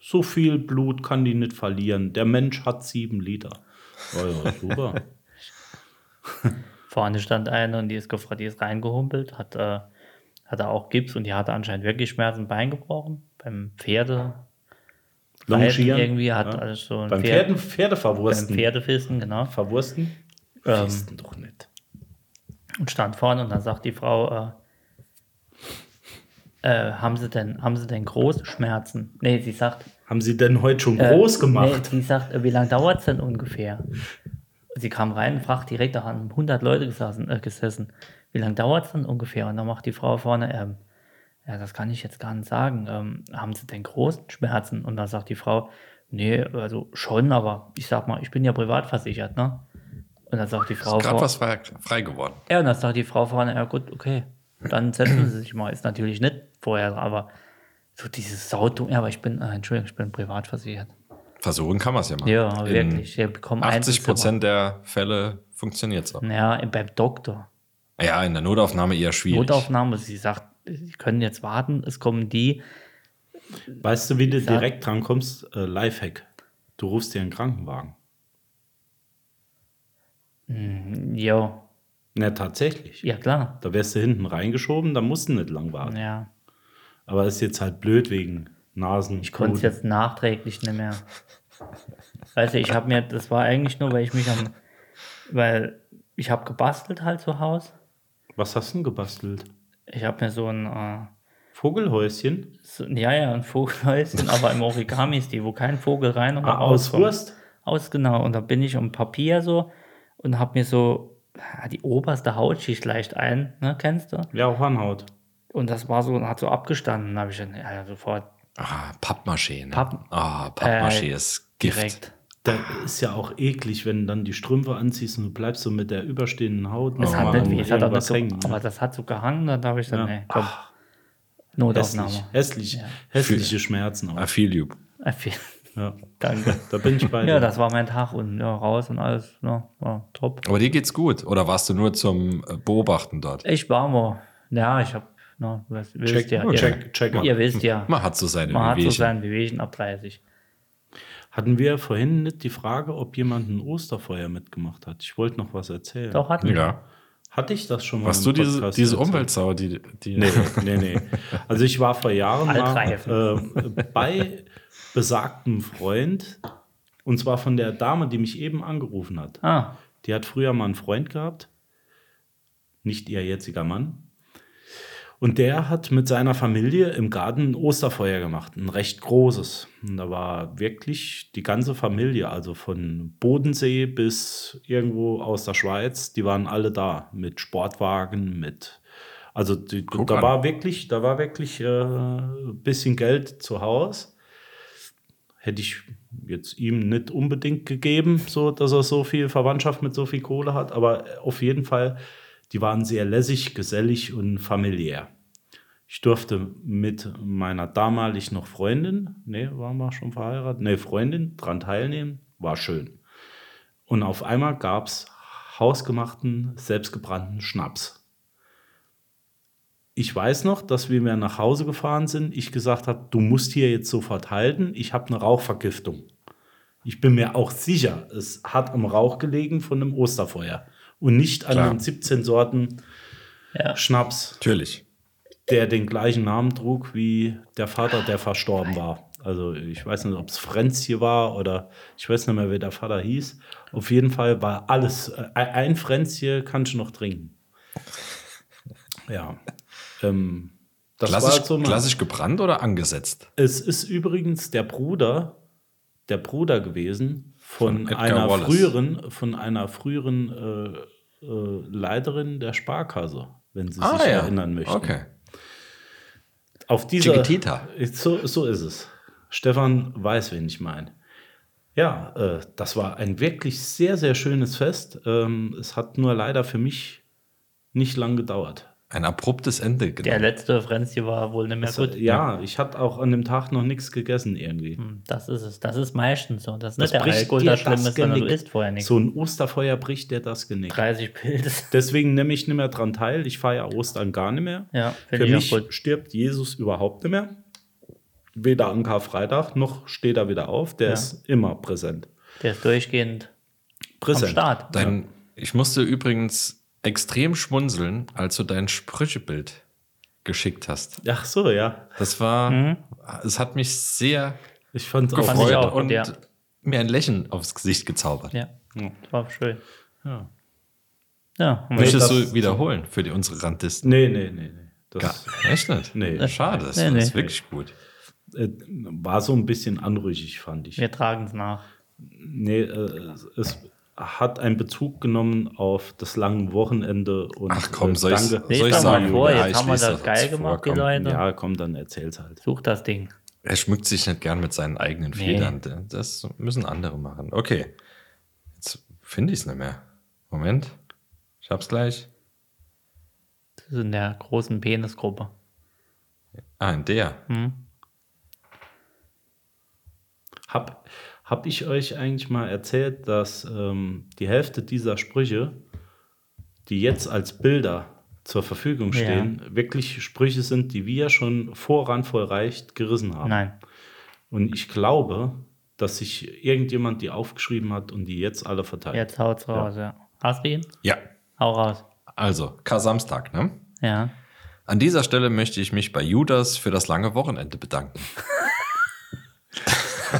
Speaker 4: so viel Blut kann die nicht verlieren. Der Mensch hat sieben Liter. Oh ja,
Speaker 5: [LAUGHS]
Speaker 4: super.
Speaker 5: Vorne stand eine und die ist gefragt, die ist reingehumpelt, hat, äh, hatte auch Gips und die hatte anscheinend wirklich Schmerzen im Bein gebrochen. Beim Pferde.
Speaker 4: Longieren.
Speaker 5: irgendwie hat
Speaker 4: Ja.
Speaker 5: alles so ein
Speaker 4: Beim
Speaker 5: Pferd-
Speaker 4: Pferden, Pferde
Speaker 5: Beim
Speaker 4: verwursten.
Speaker 5: Pferdefissen, genau.
Speaker 4: Verwursten?
Speaker 5: Ähm.
Speaker 4: Fisten doch nicht.
Speaker 5: Und stand vorne und dann sagt die Frau, äh, äh, haben sie denn, haben sie denn große Schmerzen? Nee, sie sagt,
Speaker 4: Haben sie denn heute schon
Speaker 5: Äh,
Speaker 4: groß gemacht?
Speaker 5: Nee, die sagt, äh, wie lange dauert es denn ungefähr? Sie kam rein und fragt direkt, da haben 100 Leute gesessen, äh, gesessen. wie lange dauert es denn ungefähr? Und dann macht die Frau vorne, ähm, ja, das kann ich jetzt gar nicht sagen. Ähm, haben Sie denn großen Schmerzen? Und dann sagt die Frau, nee, also schon, aber ich sag mal, ich bin ja privat versichert, ne? Und dann sagt die Frau,
Speaker 3: Ist gerade
Speaker 5: vor-
Speaker 3: was frei, frei geworden.
Speaker 5: ja, und dann sagt die Frau vorne, ja gut, okay, dann setzen sie sich mal. Ist natürlich nicht vorher, aber so dieses Sautum, ja, aber ich bin, äh, Entschuldigung, ich bin privat versichert.
Speaker 3: Versuchen kann man es ja mal.
Speaker 5: Ja,
Speaker 3: In
Speaker 5: wirklich. Wir bekommen
Speaker 3: 80
Speaker 5: Einzelzimmer.
Speaker 3: Prozent der Fälle funktioniert es auch.
Speaker 5: Ja, beim Doktor.
Speaker 3: Ja, in der Notaufnahme eher schwierig.
Speaker 5: Notaufnahme, also sie sagt, sie können jetzt warten, es kommen die.
Speaker 4: Weißt du, wie du
Speaker 5: Sag-
Speaker 4: direkt drankommst? Äh, Lifehack. Du rufst dir einen Krankenwagen.
Speaker 5: Jo,
Speaker 4: Na, tatsächlich.
Speaker 5: ja klar.
Speaker 4: Da wärst du hinten reingeschoben, da musst du nicht lang warten.
Speaker 5: Ja,
Speaker 4: Aber ist jetzt halt blöd wegen Nasen.
Speaker 5: ich konnte es jetzt nachträglich nicht mehr. Weißt du, ich habe mir, das war eigentlich nur, weil ich mich am, weil ich habe gebastelt halt zu Hause.
Speaker 4: Was hast du denn gebastelt?
Speaker 5: Ich habe mir so ein, äh,
Speaker 4: Vogelhäuschen?
Speaker 5: so, ja, ja, ein Vogelhäuschen, aber im Origami-Stil, wo kein Vogel rein und
Speaker 4: Ah, aus
Speaker 5: rauskommt.
Speaker 4: Wurst?
Speaker 5: aus, genau. Und da bin ich um Papier so und hab mir so ah, die oberste Hautschicht leicht ein, ne, kennst du?
Speaker 4: Ja, Hornhaut.
Speaker 5: Und das war so, und hat so abgestanden. Da habe ich dann ja, sofort
Speaker 3: Ah, Pappmaché. Ne?
Speaker 5: Papp-
Speaker 3: ah, Pappmaché
Speaker 5: Äh,
Speaker 3: ist Gift.
Speaker 5: direkt.
Speaker 4: Da ist ja auch eklig, wenn du dann die Strümpfe anziehst und du bleibst so mit der überstehenden Haut
Speaker 5: Es hat
Speaker 4: nochmal an
Speaker 5: nicht, weh, es hat auch nicht
Speaker 4: irgendwas
Speaker 5: so,
Speaker 4: hängen. ne?
Speaker 5: aber das hat so gehangen, dann habe ich dann,
Speaker 4: Ja.
Speaker 5: nee, komm,
Speaker 4: Ach, hässlich,
Speaker 5: Notaufnahme.
Speaker 4: hässlich, hässliche Schmerzen
Speaker 3: I
Speaker 4: auch.
Speaker 3: feel you.
Speaker 5: Äh, vielen
Speaker 4: Ja,
Speaker 5: Danke.
Speaker 4: da bin ich bei
Speaker 5: [LAUGHS] ja,
Speaker 4: dir.
Speaker 5: das war mein Tag und ja, raus und alles, ne, war top.
Speaker 3: Aber dir geht's gut. Oder warst du nur zum äh, Beobachten dort?
Speaker 5: Ich war mal, ja, ich habe, ne, was- wisst
Speaker 4: Check-
Speaker 5: ja,
Speaker 4: check- check
Speaker 5: ihr,
Speaker 4: up.
Speaker 5: ihr wisst ja,
Speaker 3: Man hat so seine
Speaker 5: man hat so
Speaker 3: Wehwehchen.
Speaker 5: sein Bewegchen ab 30.
Speaker 4: Hatten wir vorhin nicht die Frage, ob jemand ein Osterfeuer mitgemacht hat? Ich wollte noch was erzählen.
Speaker 5: Doch hatten wir.
Speaker 3: Ja.
Speaker 4: Hatte ich das schon mal?
Speaker 3: Warst
Speaker 4: im
Speaker 3: du diese,
Speaker 4: Podcast
Speaker 3: diese
Speaker 4: erzählt?
Speaker 3: Umweltsau, die, die
Speaker 4: Nee, [LAUGHS] nee, nee. Also ich war vor Jahren mal,
Speaker 5: Altreifen.
Speaker 4: äh, bei besagtem Freund und zwar von der Dame, die mich eben angerufen hat.
Speaker 5: Ah,
Speaker 4: Die hat früher mal einen Freund gehabt, nicht ihr jetziger Mann. Und der hat mit seiner Familie im Garten ein Osterfeuer gemacht, ein recht großes. Und da war wirklich die ganze Familie, also von Bodensee bis irgendwo aus der Schweiz, die waren alle da mit Sportwagen, mit. Also die,
Speaker 3: Guck
Speaker 4: da
Speaker 3: an.
Speaker 4: war wirklich, da war wirklich äh, ein bisschen Geld zu Hause hätte ich jetzt ihm nicht unbedingt gegeben, so dass er so viel Verwandtschaft mit so viel Kohle hat, aber auf jeden Fall, die waren sehr lässig, gesellig und familiär. Ich durfte mit meiner damalig noch Freundin, nee, waren wir schon verheiratet, nee, Freundin dran teilnehmen, war schön. Und auf einmal gab es hausgemachten, selbstgebrannten Schnaps. Ich weiß noch, dass wir nach Hause gefahren sind, ich gesagt habe, du musst hier jetzt sofort halten, ich habe eine Rauchvergiftung. ich bin mir auch sicher, es hat am Rauch gelegen von einem Osterfeuer und nicht an
Speaker 3: Klar.
Speaker 4: den 17 Sorten
Speaker 5: Ja.
Speaker 4: Schnaps,
Speaker 3: [LAUGHS] Natürlich.
Speaker 4: der den gleichen Namen trug wie der Vater, der verstorben war. Also ich weiß nicht, ob es Frenz hier war oder ich weiß nicht mehr, wer der Vater hieß. Auf jeden Fall war alles, äh, ein Frenz hier kannst du noch trinken. Ja. Ähm, das war
Speaker 3: Klassisch,
Speaker 4: so mein-
Speaker 3: klassisch gebrannt oder angesetzt?
Speaker 4: es ist übrigens der Bruder, der Bruder gewesen von,
Speaker 3: Edgar
Speaker 4: einer
Speaker 3: Wallace.
Speaker 4: früheren, von einer früheren äh, äh, Leiterin der Sparkasse, wenn Sie sich erinnern möchten.
Speaker 3: Ah Okay.
Speaker 4: Auf dieser,
Speaker 3: Chiquitita.
Speaker 4: so, so ist es. Stefan weiß, wen ich meine. Ja, äh, das war ein wirklich sehr, sehr schönes Fest. Ähm, es hat nur leider für mich nicht lang gedauert.
Speaker 3: Ein abruptes Ende. Genau.
Speaker 5: Der letzte Frenz hier war wohl nicht mehr
Speaker 4: Es, äh,
Speaker 5: gut.
Speaker 4: ja, ich hatte auch an dem Tag noch nichts gegessen irgendwie.
Speaker 5: Hm, Das ist es. Das ist meistens so. Das ist
Speaker 4: Das
Speaker 5: nicht der
Speaker 4: bricht
Speaker 5: Alkohol,
Speaker 4: dir
Speaker 5: das Schlimme
Speaker 4: das
Speaker 5: ist, sondern du
Speaker 4: Genick.
Speaker 5: isst vorher nichts.
Speaker 4: So ein Osterfeuer bricht der das Genick.
Speaker 5: 30 Pilz. [LAUGHS]
Speaker 4: Deswegen nehme ich nicht mehr dran teil. Ich feiere Ostern gar nicht mehr.
Speaker 5: Ja,
Speaker 4: Für
Speaker 5: finde ich
Speaker 4: mich
Speaker 5: auch gut.
Speaker 4: stirbt Jesus überhaupt nicht mehr. Weder an Karfreitag noch steht er wieder auf. Der
Speaker 5: Ja.
Speaker 4: ist immer präsent.
Speaker 5: Der ist durchgehend
Speaker 4: Präsent.
Speaker 5: am Start.
Speaker 3: Dein, Ich musste übrigens extrem schmunzeln, als du dein Sprüchebild geschickt hast.
Speaker 4: Ach so, ja.
Speaker 3: Das war, es hat mich sehr
Speaker 4: Ich fand's auch
Speaker 5: Fand ich
Speaker 3: gefreut
Speaker 5: auch gut,
Speaker 3: und
Speaker 5: ja.
Speaker 3: mir ein Lächeln aufs Gesicht gezaubert.
Speaker 5: Ja, das war schön.
Speaker 4: Ja.
Speaker 5: Ja, haben wir-
Speaker 4: Nee,
Speaker 3: Möchtest
Speaker 4: das-
Speaker 3: du wiederholen für die, unsere Randisten?
Speaker 4: Nee, nee, nee, nee.
Speaker 3: Gar,
Speaker 4: Das
Speaker 3: echt nicht?
Speaker 4: Nee.
Speaker 3: Schade, das
Speaker 5: Nee,
Speaker 3: nee, ist
Speaker 5: nee.
Speaker 3: wirklich gut.
Speaker 4: äh, war so ein bisschen anrüchig, fand ich.
Speaker 5: wir tragen es nach.
Speaker 4: Nee, äh, es hat einen Bezug genommen auf das lange Wochenende. Und
Speaker 3: Ach komm,
Speaker 4: äh,
Speaker 3: soll ich,
Speaker 4: danke.
Speaker 5: Lest
Speaker 3: soll ich
Speaker 5: doch mal
Speaker 3: sagen?
Speaker 5: vor,
Speaker 3: Ja,
Speaker 5: jetzt
Speaker 3: ich
Speaker 5: haben wir
Speaker 3: lese
Speaker 5: das geil gemacht, die
Speaker 3: komm.
Speaker 5: Leute.
Speaker 4: Ja, komm, dann erzähl's halt.
Speaker 5: Such das Ding.
Speaker 3: Er schmückt sich nicht gern mit seinen eigenen
Speaker 5: Nee.
Speaker 3: Federn. Das müssen andere machen. Okay. Jetzt finde ich es nicht mehr. Moment. Ich hab's gleich.
Speaker 5: Das ist in der großen Penisgruppe.
Speaker 3: Ah, in der.
Speaker 4: Hab, hab ich euch eigentlich mal erzählt, dass ähm, die Hälfte dieser Sprüche, die jetzt als Bilder zur Verfügung
Speaker 5: Ja.
Speaker 4: stehen, wirklich Sprüche sind, die wir schon voranvoll reicht gerissen haben.
Speaker 5: Nein.
Speaker 4: Und ich glaube, dass sich irgendjemand die aufgeschrieben hat und die jetzt alle verteilt.
Speaker 5: Jetzt haut's raus, ja. Hast du ihn?
Speaker 3: Ja.
Speaker 5: Hau raus.
Speaker 3: Also, Kasamstag, ne?
Speaker 5: Ja.
Speaker 3: An dieser Stelle möchte ich mich bei Judas für das lange Wochenende bedanken.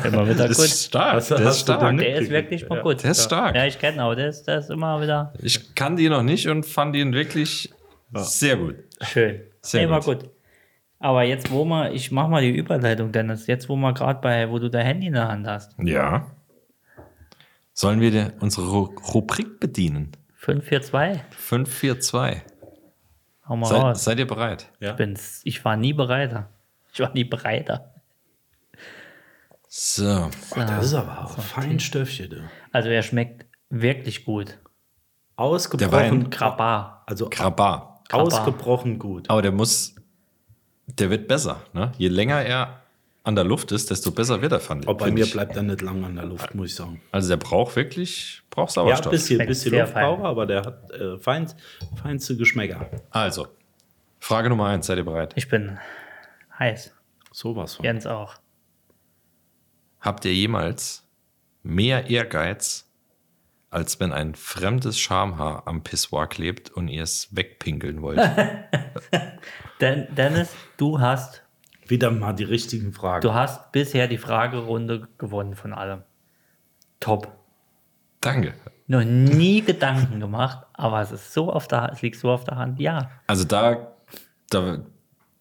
Speaker 5: Immer wieder gut.
Speaker 3: stark.
Speaker 4: Hast du-
Speaker 3: der ist
Speaker 4: hast du
Speaker 3: stark.
Speaker 4: den-
Speaker 5: Der ist wirklich mal gut.
Speaker 3: Der ist stark.
Speaker 5: Ja, ich kenne auch. Der ist, der ist immer wieder
Speaker 3: Ich kannte ihn noch nicht und fand ihn wirklich sehr gut.
Speaker 5: schön.
Speaker 3: Sehr
Speaker 5: immer
Speaker 3: gut.
Speaker 5: gut. Aber jetzt, wo man, ich mach mal die Überleitung, Dennis. Jetzt, wo man gerade bei, wo du dein Handy in der Hand hast.
Speaker 3: Ja. Sollen wir die- unsere Ru Rubrik bedienen?
Speaker 5: 542.
Speaker 3: 542.
Speaker 5: Hau mal
Speaker 3: Sei,
Speaker 5: raus.
Speaker 3: seid ihr bereit?
Speaker 4: Ja.
Speaker 5: Ich, bin's, ich war nie bereiter. Ich war nie bereiter.
Speaker 3: So.
Speaker 4: Das ist aber auch fein Stöffchen. Du.
Speaker 5: Also er schmeckt wirklich gut.
Speaker 4: Ausgebrochen,
Speaker 3: Wein.
Speaker 5: Grabar.
Speaker 4: also
Speaker 3: Grabar.
Speaker 4: ausgebrochen gut.
Speaker 3: Aber der muss, der wird besser. Ne? Je länger er an der Luft ist, desto besser wird er, fand
Speaker 4: Aber bei
Speaker 3: find
Speaker 4: mir
Speaker 3: ich.
Speaker 4: bleibt er nicht lang an der Luft, muss ich sagen.
Speaker 3: Also der braucht wirklich, braucht
Speaker 4: Ja,
Speaker 3: Sauerstoff.
Speaker 4: ein bisschen,
Speaker 5: Schmeckt
Speaker 4: bisschen
Speaker 5: sehr
Speaker 4: Luftbrauch,
Speaker 5: fein.
Speaker 4: aber der hat äh, fein, feinste Geschmäcker.
Speaker 3: Also, Frage Nummer eins, seid ihr bereit?
Speaker 5: Ich bin heiß.
Speaker 4: Sowas von.
Speaker 5: Jens auch.
Speaker 3: Habt ihr jemals mehr Ehrgeiz, als wenn ein fremdes Schamhaar am Pissoir klebt und ihr es wegpinkeln wollt?
Speaker 4: [LAUGHS]
Speaker 5: Den, Dennis, du hast,
Speaker 4: Wieder mal die richtigen Fragen.
Speaker 5: du hast bisher die Fragerunde gewonnen von allem. Top.
Speaker 3: Danke.
Speaker 5: Noch nie Gedanken gemacht, aber es ist so auf der, es liegt so auf der Hand. Ja,
Speaker 3: Also da, da,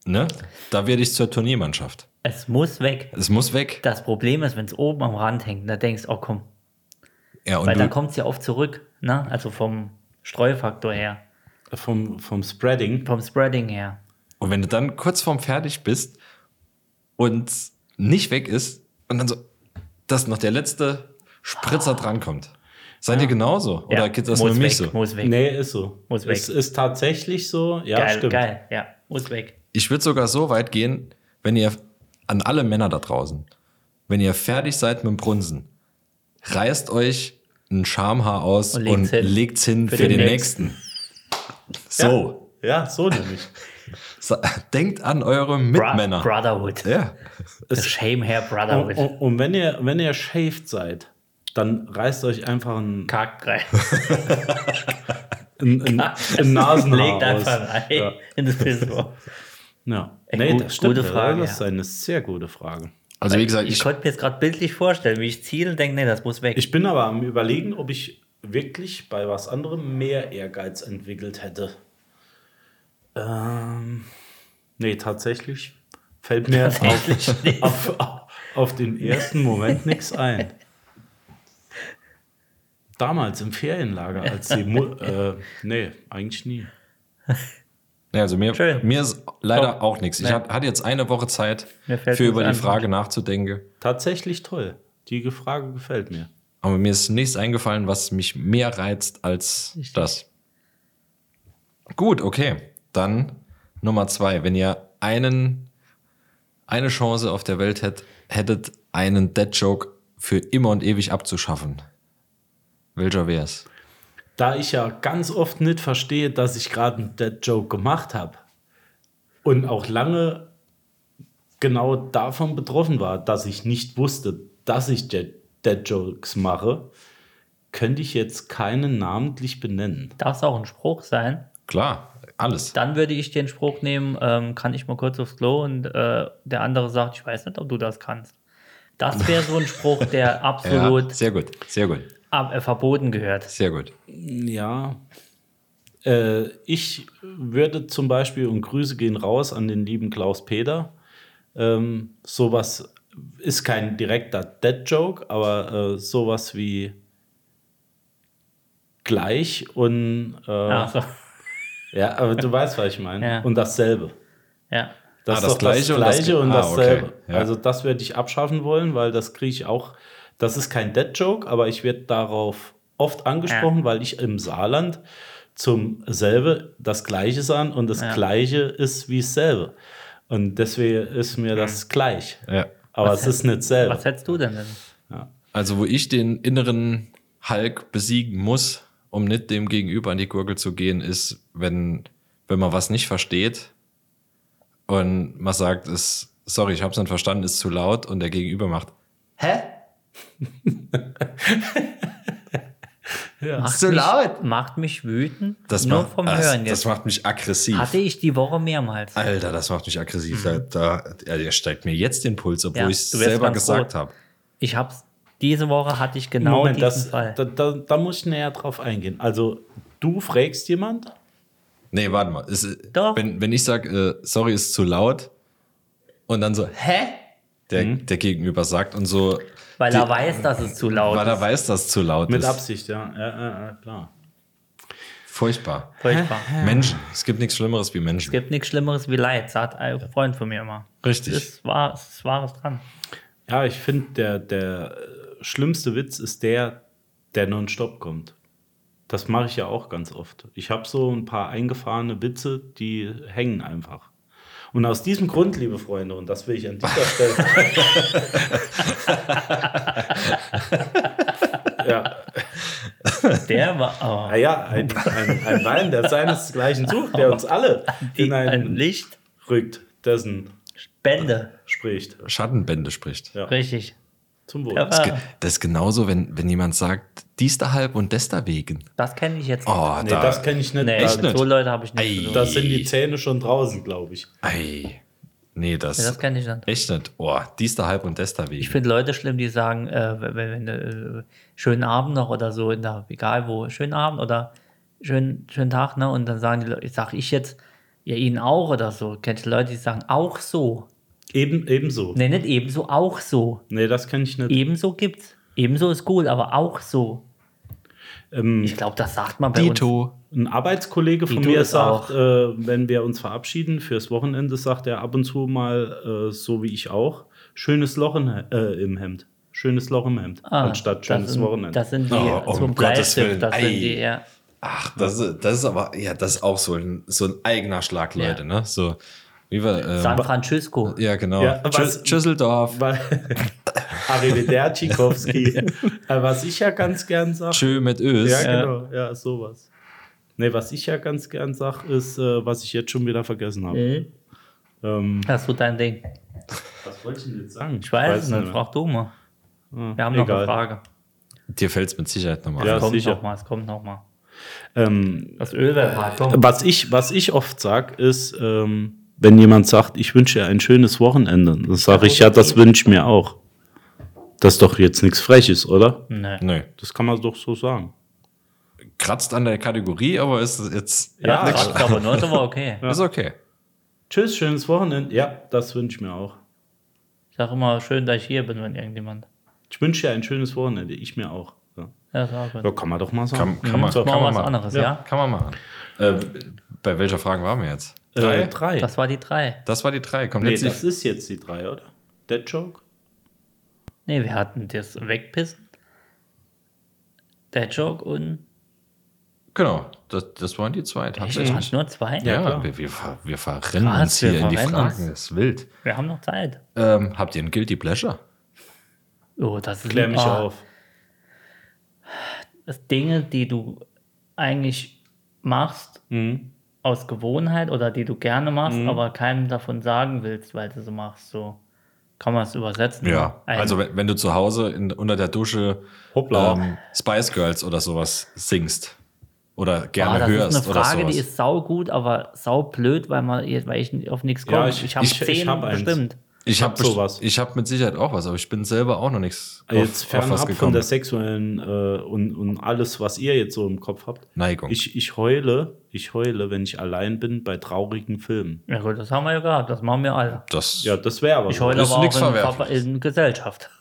Speaker 3: ne? Da werde ich zur Turniermannschaft.
Speaker 5: es muss weg.
Speaker 3: Es muss weg.
Speaker 5: Das Problem ist, wenn es oben am Rand hängt, da denkst du, oh komm,
Speaker 3: Ja, und
Speaker 5: weil da
Speaker 3: du,
Speaker 5: kommt es ja oft zurück, ne? Also vom Streufaktor her,
Speaker 4: Äh, Vom, vom Spreading.
Speaker 5: vom Spreading her.
Speaker 3: Und wenn du dann kurz vorm fertig bist und nicht weg ist und dann so, dass noch der letzte Spritzer drankommt. Seid ihr genauso? Oder
Speaker 5: ja,
Speaker 3: geht das
Speaker 5: muss
Speaker 3: nur
Speaker 5: weg,
Speaker 3: mich so?
Speaker 5: Muss weg.
Speaker 4: Nee, ist so.
Speaker 5: Muss weg.
Speaker 4: Es ist tatsächlich so. Ja,
Speaker 5: geil,
Speaker 4: stimmt.
Speaker 5: geil, ja, muss weg.
Speaker 3: Ich würde sogar so weit gehen, wenn ihr an alle Männer da draußen, wenn ihr fertig seid mit dem Brunsen, reißt euch ein Schamhaar aus und
Speaker 5: Und
Speaker 3: legt's
Speaker 5: legt's
Speaker 3: hin,
Speaker 5: hin.
Speaker 3: für, den, nächsten.
Speaker 5: [LAUGHS]
Speaker 3: So,
Speaker 4: Ja, so nämlich.
Speaker 3: Sa- denkt an eure
Speaker 5: Bra
Speaker 3: Mitmänner.
Speaker 5: Brotherhood.
Speaker 3: Ja. Oh,
Speaker 5: The Shame Hair
Speaker 4: und,
Speaker 5: Brotherhood.
Speaker 4: und, und wenn ihr, wenn ihr shaved seid, Dann reißt euch einfach ein,
Speaker 3: [LAUGHS]
Speaker 5: Kackt rein.
Speaker 4: ein, ein, ein
Speaker 5: [LAUGHS] Legt
Speaker 4: Nasenhaar aus.
Speaker 5: einfach rein
Speaker 4: Ja.
Speaker 5: in [LAUGHS] das Pissrohr.
Speaker 4: Ja.
Speaker 5: Ey,
Speaker 4: nee,
Speaker 5: gut-
Speaker 4: das stimmt.
Speaker 5: gute Frage,
Speaker 4: das ist
Speaker 5: ja.
Speaker 4: eine sehr gute Frage.
Speaker 3: Also wie gesagt,
Speaker 5: ich,
Speaker 3: ich,
Speaker 5: konnte mir jetzt gerade bildlich vorstellen, wie ich ziele und denke, nee, das muss weg.
Speaker 4: Ich bin aber am Überlegen, ob ich wirklich bei was anderem mehr Ehrgeiz entwickelt hätte. Ähm, nee, tatsächlich fällt mir [LAUGHS]
Speaker 5: Tatsächlich
Speaker 4: auf, auf, auf den ersten Moment nichts ein. Damals im Ferienlager, als die Mu äh, Nee, eigentlich nie.
Speaker 3: Ja, also mir,
Speaker 5: Schön.
Speaker 3: mir ist leider
Speaker 5: Komm.
Speaker 3: auch nichts. Ich
Speaker 5: Nee.
Speaker 3: hat- hatte jetzt eine Woche Zeit,
Speaker 5: Mir fällt
Speaker 3: für über die
Speaker 5: nichts ein.
Speaker 3: Frage nachzudenken.
Speaker 4: Tatsächlich toll. Die Frage gefällt mir.
Speaker 3: Aber mir ist nichts eingefallen, was mich mehr reizt als das. Gut, okay. Dann Nummer zwei. Wenn ihr einen, eine Chance auf der Welt hätt, hättet, einen Dead-Joke für immer und ewig abzuschaffen, welcher wär's?
Speaker 4: da ich ja ganz oft nicht verstehe, dass ich gerade einen Dead Joke gemacht habe und auch lange genau davon betroffen war, dass ich nicht wusste, dass ich Dead, Dead Jokes mache, könnte ich jetzt keinen namentlich benennen.
Speaker 5: Darf es auch ein Spruch sein?
Speaker 3: Klar, alles.
Speaker 5: Dann würde ich den Spruch nehmen, ähm, kann ich mal kurz aufs Klo und äh, der andere sagt, ich weiß nicht, ob du das kannst. Das wäre so ein
Speaker 3: [LAUGHS]
Speaker 5: Spruch, der
Speaker 3: Ja,
Speaker 5: absolut
Speaker 3: sehr gut, sehr gut,
Speaker 5: ab, äh, verboten gehört.
Speaker 3: sehr gut.
Speaker 4: Ja. Äh, ich würde zum Beispiel, und Grüße gehen raus an den lieben Klaus Peter, ähm, sowas ist kein direkter Dead-Joke, aber äh, sowas wie gleich und äh,
Speaker 5: Ja, so.
Speaker 4: ja, aber du weißt, was ich meine.
Speaker 5: Ja.
Speaker 4: und dasselbe.
Speaker 5: ja.
Speaker 3: Ah,
Speaker 4: Das
Speaker 3: das
Speaker 4: ist doch
Speaker 3: Gleiche und das
Speaker 4: das Gleiche
Speaker 3: Ge-
Speaker 4: und
Speaker 3: Ah,
Speaker 4: dasselbe.
Speaker 3: okay, ja.
Speaker 4: Also das werde ich abschaffen wollen, weil das kriege ich auch. Das ist kein Dead-Joke, aber ich werde darauf oft angesprochen, weil ich im Saarland zum selbe das Gleiche sahen und das
Speaker 5: Ja.
Speaker 4: Gleiche ist wie selbe. Und deswegen ist mir das gleich.
Speaker 3: Ja.
Speaker 4: Aber
Speaker 5: Was
Speaker 4: es ist nicht selber.
Speaker 5: Was hättest du denn? denn?
Speaker 3: Also, wo ich den inneren Hulk besiegen muss, um nicht dem Gegenüber an die Gurgel zu gehen, ist, wenn, wenn man was nicht versteht und man sagt, es, sorry, ich hab's nicht verstanden, ist zu laut und der Gegenüber macht,
Speaker 5: Hä? macht,
Speaker 3: So
Speaker 5: mich,
Speaker 3: laut.
Speaker 5: macht mich wütend,
Speaker 3: das
Speaker 5: nur
Speaker 3: macht,
Speaker 5: vom
Speaker 3: das,
Speaker 5: Hören
Speaker 3: das
Speaker 5: jetzt.
Speaker 3: macht mich aggressiv.
Speaker 5: Hatte ich die Woche mehrmals.
Speaker 3: Alter, das macht mich aggressiv. Da, da, ja, der steigt mir jetzt den Puls, obwohl
Speaker 5: Ja,
Speaker 3: ich es
Speaker 5: du wärst
Speaker 3: selber
Speaker 5: ganz
Speaker 3: gesagt
Speaker 5: rot.
Speaker 3: habe.
Speaker 5: Ich hab's, diese Woche hatte ich genau
Speaker 4: Moment,
Speaker 5: diesen
Speaker 4: das,
Speaker 5: Fall.
Speaker 4: da, da, da muss ich näher drauf eingehen. Also du fragst jemand,
Speaker 3: Nee, warte mal. Es, äh,
Speaker 5: Doch.
Speaker 3: Wenn, wenn ich sage, äh, sorry, ist zu laut und dann so, hä? Der,
Speaker 5: Mhm.
Speaker 3: der Gegenüber sagt und so,
Speaker 5: weil
Speaker 3: die-
Speaker 5: er weiß, dass es zu laut
Speaker 3: weil
Speaker 5: ist.
Speaker 3: er weiß, dass es zu laut
Speaker 4: mit
Speaker 3: ist.
Speaker 4: Absicht, ja, ja, ja, ja klar.
Speaker 3: Furchtbar.
Speaker 5: Furchtbar.
Speaker 3: Menschen. Es gibt nichts Schlimmeres wie
Speaker 5: Es
Speaker 3: Menschen.
Speaker 5: gibt nichts Schlimmeres wie Leid, sagt ein Freund von mir immer.
Speaker 3: Richtig.
Speaker 5: Es war, es ist Wahres dran.
Speaker 4: Ja, ich finde, der, der äh, schlimmste Witz ist der, der nonstop kommt. Das mache ich ja auch ganz oft. Ich habe so ein paar eingefahrene Witze, die hängen einfach. Und aus diesem Grund, liebe Freunde, und das will ich an dieser
Speaker 5: [LAUGHS]
Speaker 4: Stelle. ja,
Speaker 5: Der war oh,
Speaker 4: naja, ein, ein, ein Wein, der seinesgleichen sucht, der uns alle
Speaker 5: die,
Speaker 4: in
Speaker 5: ein
Speaker 4: einen
Speaker 5: Licht,
Speaker 4: rückt, dessen
Speaker 5: Bände.
Speaker 4: spricht.
Speaker 3: Schattenbände spricht.
Speaker 4: Ja.
Speaker 5: Richtig.
Speaker 4: Zum Wohl.
Speaker 5: Der
Speaker 3: Das, ge-
Speaker 5: war,
Speaker 3: das ist genauso, wenn, wenn jemand sagt, dies dahalb und des da wegen.
Speaker 5: das kenne ich jetzt
Speaker 3: Oh,
Speaker 4: Nee,
Speaker 3: da.
Speaker 4: das kenne ich nicht.
Speaker 5: Nee,
Speaker 4: Da-
Speaker 3: echt
Speaker 5: mit so
Speaker 3: nicht?
Speaker 5: Leute habe ich nicht.
Speaker 3: Ei.
Speaker 5: zu tun.
Speaker 4: Da sind die Zähne schon draußen, glaube ich.
Speaker 3: Ei. Nee, das,
Speaker 5: Nee, das kenne ich nicht.
Speaker 3: echt nicht. Oh, dies dahalb und des da wegen.
Speaker 5: Ich finde Leute schlimm, die sagen, äh, wenn, wenn, du, äh, schönen Abend noch oder so, in der, egal wo, schönen Abend oder schönen, schönen Tag, ne? Und dann sagen die Leute, sag ich jetzt, ja, ihnen auch oder so. Kennst du Leute, die sagen, auch so?
Speaker 4: Eben, ebenso. Nee,
Speaker 5: Nee, nicht ebenso, auch so.
Speaker 4: das kann ich nicht.
Speaker 5: Ebenso gibt's. Ebenso ist cool, aber auch so. ich glaube, das sagt man bei uns.
Speaker 3: Dito.
Speaker 4: Ähm, Ein Arbeitskollege von
Speaker 5: Wie du
Speaker 4: mir
Speaker 5: das
Speaker 4: sagt,
Speaker 5: auch.
Speaker 4: äh, wenn wir uns verabschieden fürs Wochenende, sagt er ab und zu mal, äh, so wie ich auch, schönes Loch in, äh, im Hemd. Schönes Loch im Hemd,
Speaker 5: Ah,
Speaker 4: anstatt schönes
Speaker 5: das sind,
Speaker 4: Wochenende.
Speaker 5: Das sind die
Speaker 3: Oh, um
Speaker 5: zum
Speaker 3: Gottes Willen.
Speaker 5: Bleistift, das sind
Speaker 3: Ei.
Speaker 5: die, ja.
Speaker 3: Ach, das, ist- das ist aber, ja, das ist auch so ein, so ein eigener Schlag, Leute,
Speaker 5: Ja.
Speaker 3: ne? So, wie wir, ähm,
Speaker 5: San Francisco.
Speaker 3: ja, genau.
Speaker 4: Ja,
Speaker 3: Tschü-
Speaker 4: was-
Speaker 3: Tschüsseldorf,
Speaker 4: [LAUGHS] Weil, [LAUGHS] Arrivederci,
Speaker 5: [LAUGHS]
Speaker 4: Kowski. äh, was ich ja ganz gern sage.
Speaker 3: Tschö mit Ös.
Speaker 4: Ja, genau, ja, sowas. Nee, was ich ja ganz gern sage, ist, äh, was ich jetzt schon wieder vergessen habe.
Speaker 5: Mhm.
Speaker 4: Ähm,
Speaker 5: Das ist so dein Ding.
Speaker 4: was wollte ich denn jetzt sagen?
Speaker 5: Ich weiß es
Speaker 4: nicht
Speaker 5: nicht,
Speaker 4: mehr.
Speaker 5: frag du mal.
Speaker 4: Ah,
Speaker 5: Wir haben noch
Speaker 4: egal.
Speaker 5: eine Frage.
Speaker 3: Dir fällt es mit Sicherheit nochmal
Speaker 4: Ja,
Speaker 5: es
Speaker 3: an.
Speaker 5: kommt
Speaker 4: sicher.
Speaker 5: noch mal, es kommt noch mal.
Speaker 4: Ähm,
Speaker 5: Das Öl wird hart, komm.
Speaker 4: was, ich, was ich oft sage, ist, ähm, wenn jemand sagt, ich wünsche dir ein schönes Wochenende, dann sage ich, ja, das wünsche ich mir auch. Das ist doch jetzt nichts Freches, oder?
Speaker 5: Nee.
Speaker 3: Nö.
Speaker 4: Das kann man doch so sagen.
Speaker 3: Kratzt an der Kategorie, aber ist jetzt.
Speaker 5: Ja,
Speaker 4: nix.
Speaker 5: das ist aber nur, ist aber okay.
Speaker 3: Ist okay.
Speaker 4: Tschüss, schönes Wochenende. Ja, das wünsche ich mir auch.
Speaker 5: Ich sag immer, schön, dass ich hier bin, wenn irgendjemand.
Speaker 4: Ich wünsche dir ein schönes Wochenende. Ich mir auch. Ja,
Speaker 5: Ja, ist auch gut.
Speaker 4: ja kann man doch mal sagen.
Speaker 3: Kann, kann, man,
Speaker 5: Mhm. so,
Speaker 3: kann,
Speaker 5: machen wir
Speaker 3: man
Speaker 5: was
Speaker 3: machen.
Speaker 5: anderes,
Speaker 4: Ja.
Speaker 5: ja?
Speaker 3: kann man machen. Äh, bei welcher Frage waren wir jetzt?
Speaker 4: Drei?
Speaker 3: Drei?
Speaker 4: Äh, drei.
Speaker 5: Das war die drei.
Speaker 3: Das war die drei. Kommt
Speaker 4: nee,
Speaker 3: jetzt
Speaker 4: das
Speaker 3: die,
Speaker 4: ist jetzt die drei, oder? Dead Joke?
Speaker 5: Nee, wir hatten das Wegpissen, der Joke und
Speaker 3: genau, das, das waren die zwei
Speaker 5: ich
Speaker 3: tatsächlich.
Speaker 5: hatte nur zwei.
Speaker 3: Ja, wir, wir, ver- wir verrennen
Speaker 5: Krass,
Speaker 3: uns hier
Speaker 5: wir
Speaker 3: in die
Speaker 5: verrennen uns.
Speaker 3: Fragen. Das ist wild.
Speaker 5: Wir haben noch Zeit.
Speaker 3: Ähm, habt ihr ein Guilty Pleasure?
Speaker 5: Oh, das ist
Speaker 4: Klär mich
Speaker 5: oh,
Speaker 4: auf.
Speaker 5: Das Dinge, die du eigentlich machst aus Gewohnheit oder die du gerne machst, aber keinem davon sagen willst, weil du sie machst. So kann man es übersetzen. ne?
Speaker 3: Ja,
Speaker 5: Ein-
Speaker 3: also wenn, wenn du zu Hause in, unter der Dusche ähm,
Speaker 4: Hoppla.
Speaker 5: Ähm,
Speaker 3: Spice Girls oder sowas singst oder gerne
Speaker 5: Ah, das
Speaker 3: hörst
Speaker 5: ist eine
Speaker 3: oder
Speaker 5: Frage,
Speaker 3: sowas.
Speaker 5: die ist saugut, aber saublöd, weil, man, eh, weil ich auf nichts komme.
Speaker 4: Ja,
Speaker 5: ich
Speaker 4: ich-
Speaker 5: habe
Speaker 4: ich- ich
Speaker 5: zehn
Speaker 4: hab eins.
Speaker 5: bestimmt.
Speaker 3: ich
Speaker 4: hab
Speaker 3: habe
Speaker 4: sowas.
Speaker 3: Ich habe mit Sicherheit auch was, aber ich bin selber auch noch nichts auf,
Speaker 4: Jetzt
Speaker 3: auf was
Speaker 4: fernab von
Speaker 3: gekommen.
Speaker 4: der sexuellen äh, und, und alles, was ihr jetzt so im Kopf habt.
Speaker 3: Neigung.
Speaker 4: Ich, ich heule, ich heule, wenn ich allein bin bei traurigen Filmen.
Speaker 5: Ja gut, das haben wir ja gehabt, das machen wir alle.
Speaker 3: das
Speaker 4: Ja, das wäre aber.
Speaker 5: Ich heule
Speaker 3: Ist
Speaker 5: aber
Speaker 3: nix
Speaker 5: auch in, Papa,
Speaker 3: Verwerfliches.
Speaker 5: in Gesellschaft.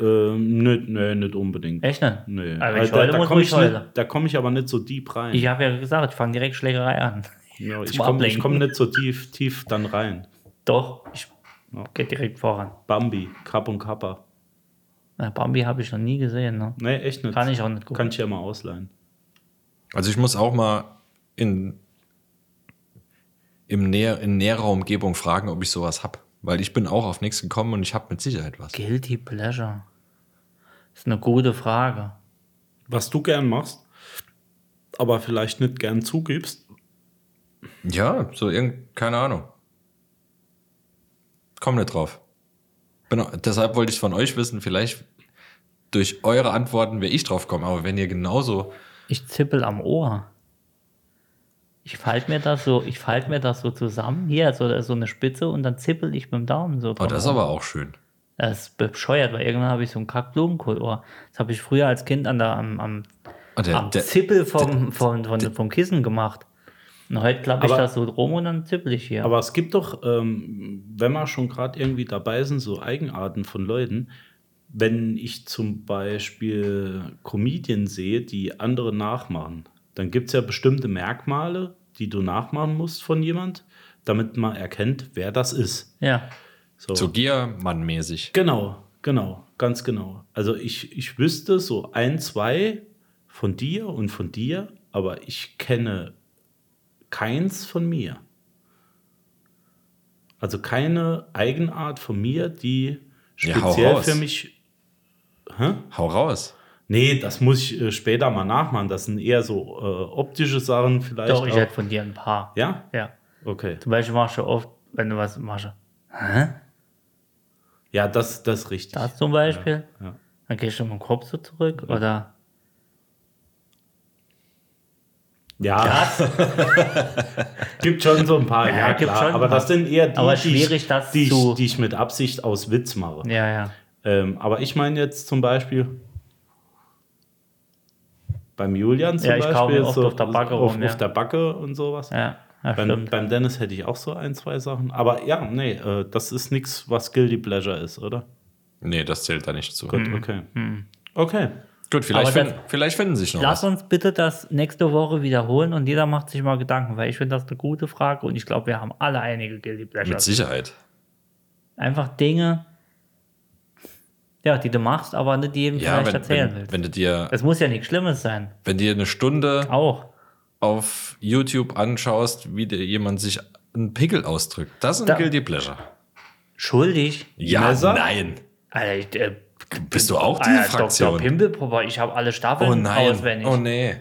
Speaker 4: Ähm, nö, nö, nicht unbedingt.
Speaker 5: Echt nicht?
Speaker 4: Nö.
Speaker 5: Aber
Speaker 4: Äh,
Speaker 5: ich heule,
Speaker 4: da
Speaker 5: muss
Speaker 4: komme
Speaker 5: ich
Speaker 4: ich, nicht-
Speaker 5: heulen.
Speaker 4: da komm ich aber nicht so deep rein.
Speaker 5: Ich habe ja gesagt, ich fange direkt Schlägerei an. [LAUGHS]
Speaker 4: Ja, ich
Speaker 5: Zum
Speaker 4: komme
Speaker 5: Ablenken.
Speaker 4: komm nicht so tief, tief dann rein.
Speaker 5: Doch, ich gehe direkt voran.
Speaker 4: Bambi, Kapp und Kappa.
Speaker 5: Na, Bambi habe ich noch nie gesehen. Ne?
Speaker 4: Nee, echt nicht.
Speaker 5: Kann ich auch nicht gucken.
Speaker 4: Kann ich ja mal ausleihen.
Speaker 3: Also ich muss auch mal in, im näher, in näherer Umgebung fragen, ob ich sowas hab. Weil ich bin auch auf nichts gekommen und ich habe mit Sicherheit was.
Speaker 5: Guilty Pleasure. Ist eine gute Frage.
Speaker 4: Was du gern machst, aber vielleicht nicht gern zugibst.
Speaker 3: Ja, so irgend, keine Ahnung. Komm nicht drauf. Bin, deshalb wollte ich von euch wissen, vielleicht durch eure Antworten wäre ich drauf kommen, aber wenn ihr genauso.
Speaker 5: Ich zippel am Ohr. Ich falte mir das so, ich falte mir das so zusammen. Hier, so, so eine Spitze und dann zippel ich mit dem Daumen so.
Speaker 3: Oh, das ist aber auch schön.
Speaker 5: Das ist bescheuert, weil irgendwann habe ich so ein Kackblumenkohlohr. Das habe ich früher als Kind an der, am, am,
Speaker 3: Oh, der,
Speaker 5: am
Speaker 3: der,
Speaker 5: Zippel vom, vom, von, vom Kissen gemacht. Und heute klappe ich
Speaker 4: Aber-
Speaker 5: das so rum und dann zippel ich hier.
Speaker 4: Aber es gibt doch, ähm, wenn wir schon gerade irgendwie dabei sind, so Eigenarten von Leuten. Wenn ich zum Beispiel Comedien sehe, die andere nachmachen, dann gibt es ja bestimmte Merkmale, die du nachmachen musst von jemand, damit man erkennt, wer das ist.
Speaker 5: ja.
Speaker 4: So.
Speaker 3: so Giermann-mäßig.
Speaker 4: Genau, genau, ganz genau. Also ich, ich wüsste so ein, zwei von dir und von dir, aber ich kenne keins von mir. Also keine Eigenart von mir, die
Speaker 3: Ja, hau
Speaker 4: speziell
Speaker 3: raus.
Speaker 4: für mich. Hä?
Speaker 3: Hau raus.
Speaker 4: Nee, das muss ich äh, später mal nachmachen. Das sind eher so äh, optische Sachen vielleicht.
Speaker 5: Doch, ich
Speaker 4: auch.
Speaker 5: hätte von dir ein paar.
Speaker 4: ja?
Speaker 5: Ja.
Speaker 4: Okay.
Speaker 5: Zum Beispiel machst du oft, wenn du was machst,
Speaker 4: Ja, das, das ist richtig.
Speaker 5: das zum Beispiel,
Speaker 4: ja.
Speaker 5: dann gehst du mit dem Kopf so zurück oder
Speaker 4: Ja. [LAUGHS] gibt schon so ein paar, ja,
Speaker 5: Ja, gibt
Speaker 4: klar.
Speaker 5: schon ein
Speaker 4: aber
Speaker 5: paar.
Speaker 4: das sind eher die,
Speaker 5: Aber
Speaker 4: die,
Speaker 5: schwierig,
Speaker 4: ich,
Speaker 5: das
Speaker 4: die,
Speaker 5: zu-
Speaker 4: ich, die ich mit Absicht aus Witz mache.
Speaker 5: ja, ja.
Speaker 4: Ähm, aber ich meine jetzt zum Beispiel beim Julian zum
Speaker 5: Ja, ich kau mir
Speaker 4: Beispiel
Speaker 5: oft
Speaker 4: so
Speaker 5: auf der Backe
Speaker 4: auf,
Speaker 5: rum, ja.
Speaker 4: auf der Backe und sowas.
Speaker 5: Ja, ja
Speaker 4: Beim,
Speaker 5: stimmt.
Speaker 4: beim Dennis hätte ich auch so ein, zwei Sachen. Aber ja, nee, äh, das ist nichts, was Guilty Pleasure ist, oder?
Speaker 3: Nee, das zählt da nicht zu.
Speaker 5: Mhm.
Speaker 4: Gut, okay. Okay.
Speaker 3: Gut, vielleicht,
Speaker 5: Aber
Speaker 3: finden, vielleicht finden sich noch
Speaker 5: Lass
Speaker 3: was.
Speaker 5: uns bitte das nächste Woche wiederholen und jeder macht sich mal Gedanken, weil ich finde das eine gute Frage und ich glaube, wir haben alle einige Guilty
Speaker 3: Mit
Speaker 5: Pleasures.
Speaker 3: Sicherheit.
Speaker 5: Einfach Dinge, ja, die du machst, aber nicht jedem
Speaker 3: Ja,
Speaker 5: vielleicht
Speaker 3: wenn,
Speaker 5: erzählen
Speaker 3: wenn,
Speaker 5: willst.
Speaker 3: wenn du dir,
Speaker 5: es muss ja nichts Schlimmes sein.
Speaker 3: wenn dir eine Stunde
Speaker 5: Auch.
Speaker 3: auf YouTube anschaust, wie dir jemand sich einen Pickel ausdrückt. Das sind
Speaker 5: Da-
Speaker 3: Guilty Pleasure.
Speaker 5: Schuldig.
Speaker 3: Ja,
Speaker 4: Messer?
Speaker 3: nein.
Speaker 5: Alter, ich, äh,
Speaker 3: Bist du auch die
Speaker 5: Alter, Dr.
Speaker 3: Fraktion?
Speaker 5: Pimpelpopper, ich habe alle Staffeln
Speaker 3: oh nein.
Speaker 5: auswendig.
Speaker 3: Oh nee.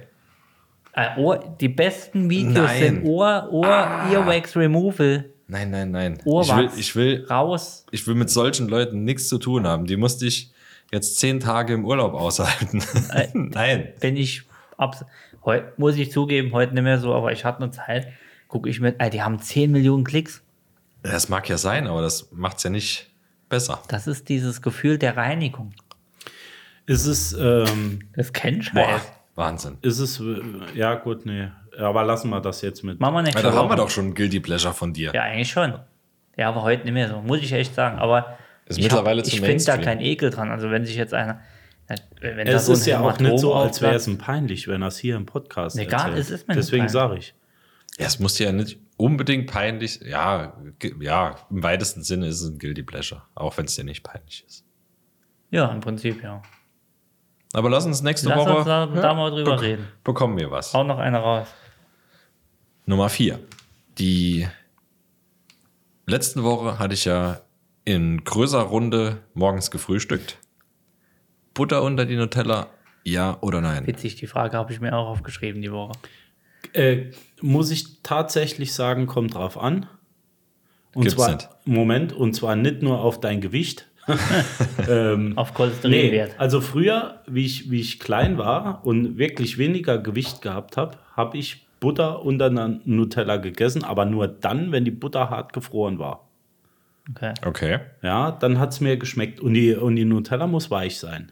Speaker 5: äh, Ohr, die besten Videos
Speaker 3: Nein. Ah.
Speaker 5: sind Ohr, Ohr, Earwax Removal,
Speaker 3: Nein, nein, nein. Ich will,
Speaker 5: Ohrwachs
Speaker 3: ich will,
Speaker 5: raus.
Speaker 3: ich will mit solchen Leuten nichts zu tun haben. Die musste ich jetzt zehn Tage im Urlaub aushalten.
Speaker 5: Äh,
Speaker 3: [LAUGHS] Nein.
Speaker 5: Wenn ich abs heute muss ich zugeben, heute nicht mehr so, aber ich hatte eine Zeit, gucke ich mir, äh, die haben 10 Millionen Klicks.
Speaker 3: Das mag ja sein, aber das macht es ja nicht besser.
Speaker 5: Das ist dieses Gefühl der Reinigung.
Speaker 4: Ist es, ähm,
Speaker 5: Das halt. kennt
Speaker 3: Boah,
Speaker 5: Scheiß.
Speaker 3: Wahnsinn.
Speaker 4: ist es, äh, ja gut, nee. Aber lassen wir das jetzt mit.
Speaker 5: Machen wir nicht.
Speaker 3: Ja, da haben wir doch schon einen Guilty Pleasure von dir.
Speaker 5: Ja, eigentlich schon. Ja, aber heute nicht mehr so, muss ich echt sagen. Aber
Speaker 3: Ist
Speaker 5: ich,
Speaker 3: mittlerweile
Speaker 5: hab-
Speaker 3: zum
Speaker 5: ich finde da
Speaker 3: Mainstream.
Speaker 5: keinen Ekel dran. Also wenn sich jetzt einer. na, Wenn da
Speaker 4: Es
Speaker 5: so ein
Speaker 4: ist ja auch
Speaker 5: Hämatom
Speaker 4: nicht so, als wäre
Speaker 5: aufplatzt-
Speaker 4: es ihm peinlich, wenn er es hier im Podcast
Speaker 5: Nee,
Speaker 4: erzählt.
Speaker 5: gar- es ist mir nicht
Speaker 4: Deswegen
Speaker 5: peinlich.
Speaker 4: sage ich.
Speaker 3: Ja, es muss ja nicht unbedingt peinlich Ja, ge- ja, im weitesten Sinne ist es ein Guilty Pleasure, auch wenn es dir nicht peinlich ist.
Speaker 5: Ja, im Prinzip, ja.
Speaker 3: Aber lass uns nächste
Speaker 5: Lass
Speaker 3: Woche
Speaker 5: uns da,
Speaker 3: Ja,
Speaker 5: da mal drüber
Speaker 3: bek-
Speaker 5: reden.
Speaker 3: bekommen wir was.
Speaker 5: Hau noch eine raus.
Speaker 3: Nummer vier. Die letzten Woche hatte ich ja in größerer Runde morgens gefrühstückt. Butter unter die Nutella, ja oder nein?
Speaker 5: Witzig, die Frage habe ich mir auch aufgeschrieben die Woche.
Speaker 4: Äh, muss ich tatsächlich sagen, kommt drauf an. Und
Speaker 3: Gibt's
Speaker 4: zwar,
Speaker 3: nicht.
Speaker 4: Moment, und zwar nicht nur auf dein Gewicht. ähm,
Speaker 5: Auf
Speaker 4: nee,
Speaker 5: Cholesterinwert.
Speaker 4: also früher, wie ich, wie ich klein war und wirklich weniger Gewicht gehabt habe, habe ich Butter unter einer Nutella gegessen, aber nur dann, wenn die Butter hart gefroren war.
Speaker 5: Okay.
Speaker 3: Okay.
Speaker 4: Ja, dann hat es mir geschmeckt. Und die, und die Nutella muss weich sein.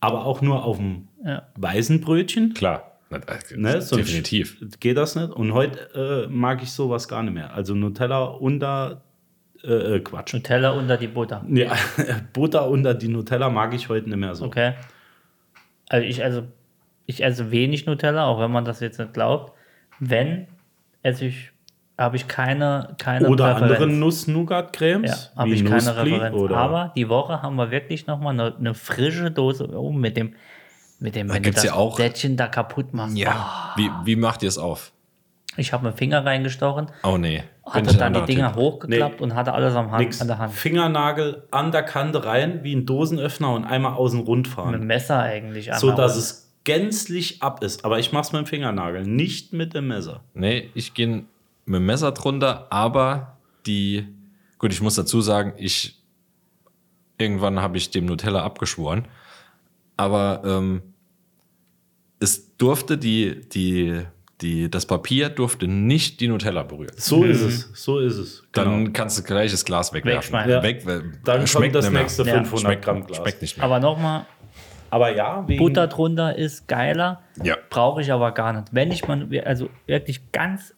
Speaker 4: Aber auch nur auf dem
Speaker 5: Ja.
Speaker 4: weißen Brötchen.
Speaker 3: Klar. Na, äh,
Speaker 4: Ne, sonst
Speaker 3: Definitiv.
Speaker 4: Geht das nicht? Und heute äh, mag ich sowas gar nicht mehr. Also Nutella unter äh, äh,
Speaker 5: [LAUGHS]
Speaker 4: Quatsch.
Speaker 5: Nutella unter die Butter.
Speaker 4: Ja, [LAUGHS] Butter unter die Nutella mag ich heute nicht mehr so.
Speaker 5: Okay. Also ich also ich esse wenig Nutella, auch wenn man das jetzt nicht glaubt. Wenn esse ich habe ich keine keine
Speaker 4: Oder
Speaker 5: Präferenz.
Speaker 4: andere Nuss-Nougat-Cremes.
Speaker 5: Ja, habe
Speaker 4: wie
Speaker 5: ich keine
Speaker 4: Nussbli
Speaker 5: Referenz.
Speaker 4: Oder
Speaker 5: Aber die Woche haben wir wirklich nochmal eine, eine frische Dose oben mit dem, mit dem, wenn du
Speaker 3: gibt's
Speaker 5: das
Speaker 3: ja auch-
Speaker 5: Plättchen da kaputt machst.
Speaker 3: Ja. Wie, wie macht ihr es auf?
Speaker 5: Oh, ich habe einen Finger reingestochen,
Speaker 3: Oh nee. Bin ich
Speaker 5: hatte
Speaker 3: ein
Speaker 5: dann die
Speaker 3: anderer
Speaker 5: Dinger
Speaker 3: Typ.
Speaker 5: hochgeklappt
Speaker 4: Nee.
Speaker 5: und hatte alles am Hand,
Speaker 4: nix.
Speaker 5: an der Hand.
Speaker 4: Fingernagel an der Kante rein, wie ein Dosenöffner und einmal außen rund
Speaker 5: Mit dem
Speaker 4: fahren.
Speaker 5: Messer eigentlich.
Speaker 4: So
Speaker 5: einmal
Speaker 4: dass
Speaker 5: rum.
Speaker 4: es gänzlich ab ist. Aber ich mach's mit dem Fingernagel, nicht mit dem Messer.
Speaker 3: Nee, ich gehe mit dem Messer drunter, aber die. Gut, ich muss dazu sagen, ich. Irgendwann habe ich dem Nutella abgeschworen. Aber ähm, es durfte die, die, die, das Papier durfte nicht die Nutella berühren.
Speaker 4: So ist es. So ist es.
Speaker 3: Dann kannst du gleich das Glas wegwerfen.
Speaker 5: Wegschmeißen.
Speaker 4: Genau. Ja.
Speaker 3: Weg, weil-
Speaker 4: Dann kommt
Speaker 3: schmeckt
Speaker 4: das
Speaker 3: nicht mehr.
Speaker 4: nächste
Speaker 5: Ja.
Speaker 4: 500
Speaker 3: schmeckt,
Speaker 4: Gramm Glas.
Speaker 3: Schmeckt nicht mehr.
Speaker 5: Aber nochmal,
Speaker 4: Aber ja, wegen
Speaker 5: Butter drunter ist geiler.
Speaker 3: Ja.
Speaker 5: Brauche ich aber gar nicht. Wenn ich mal, also wirklich ganz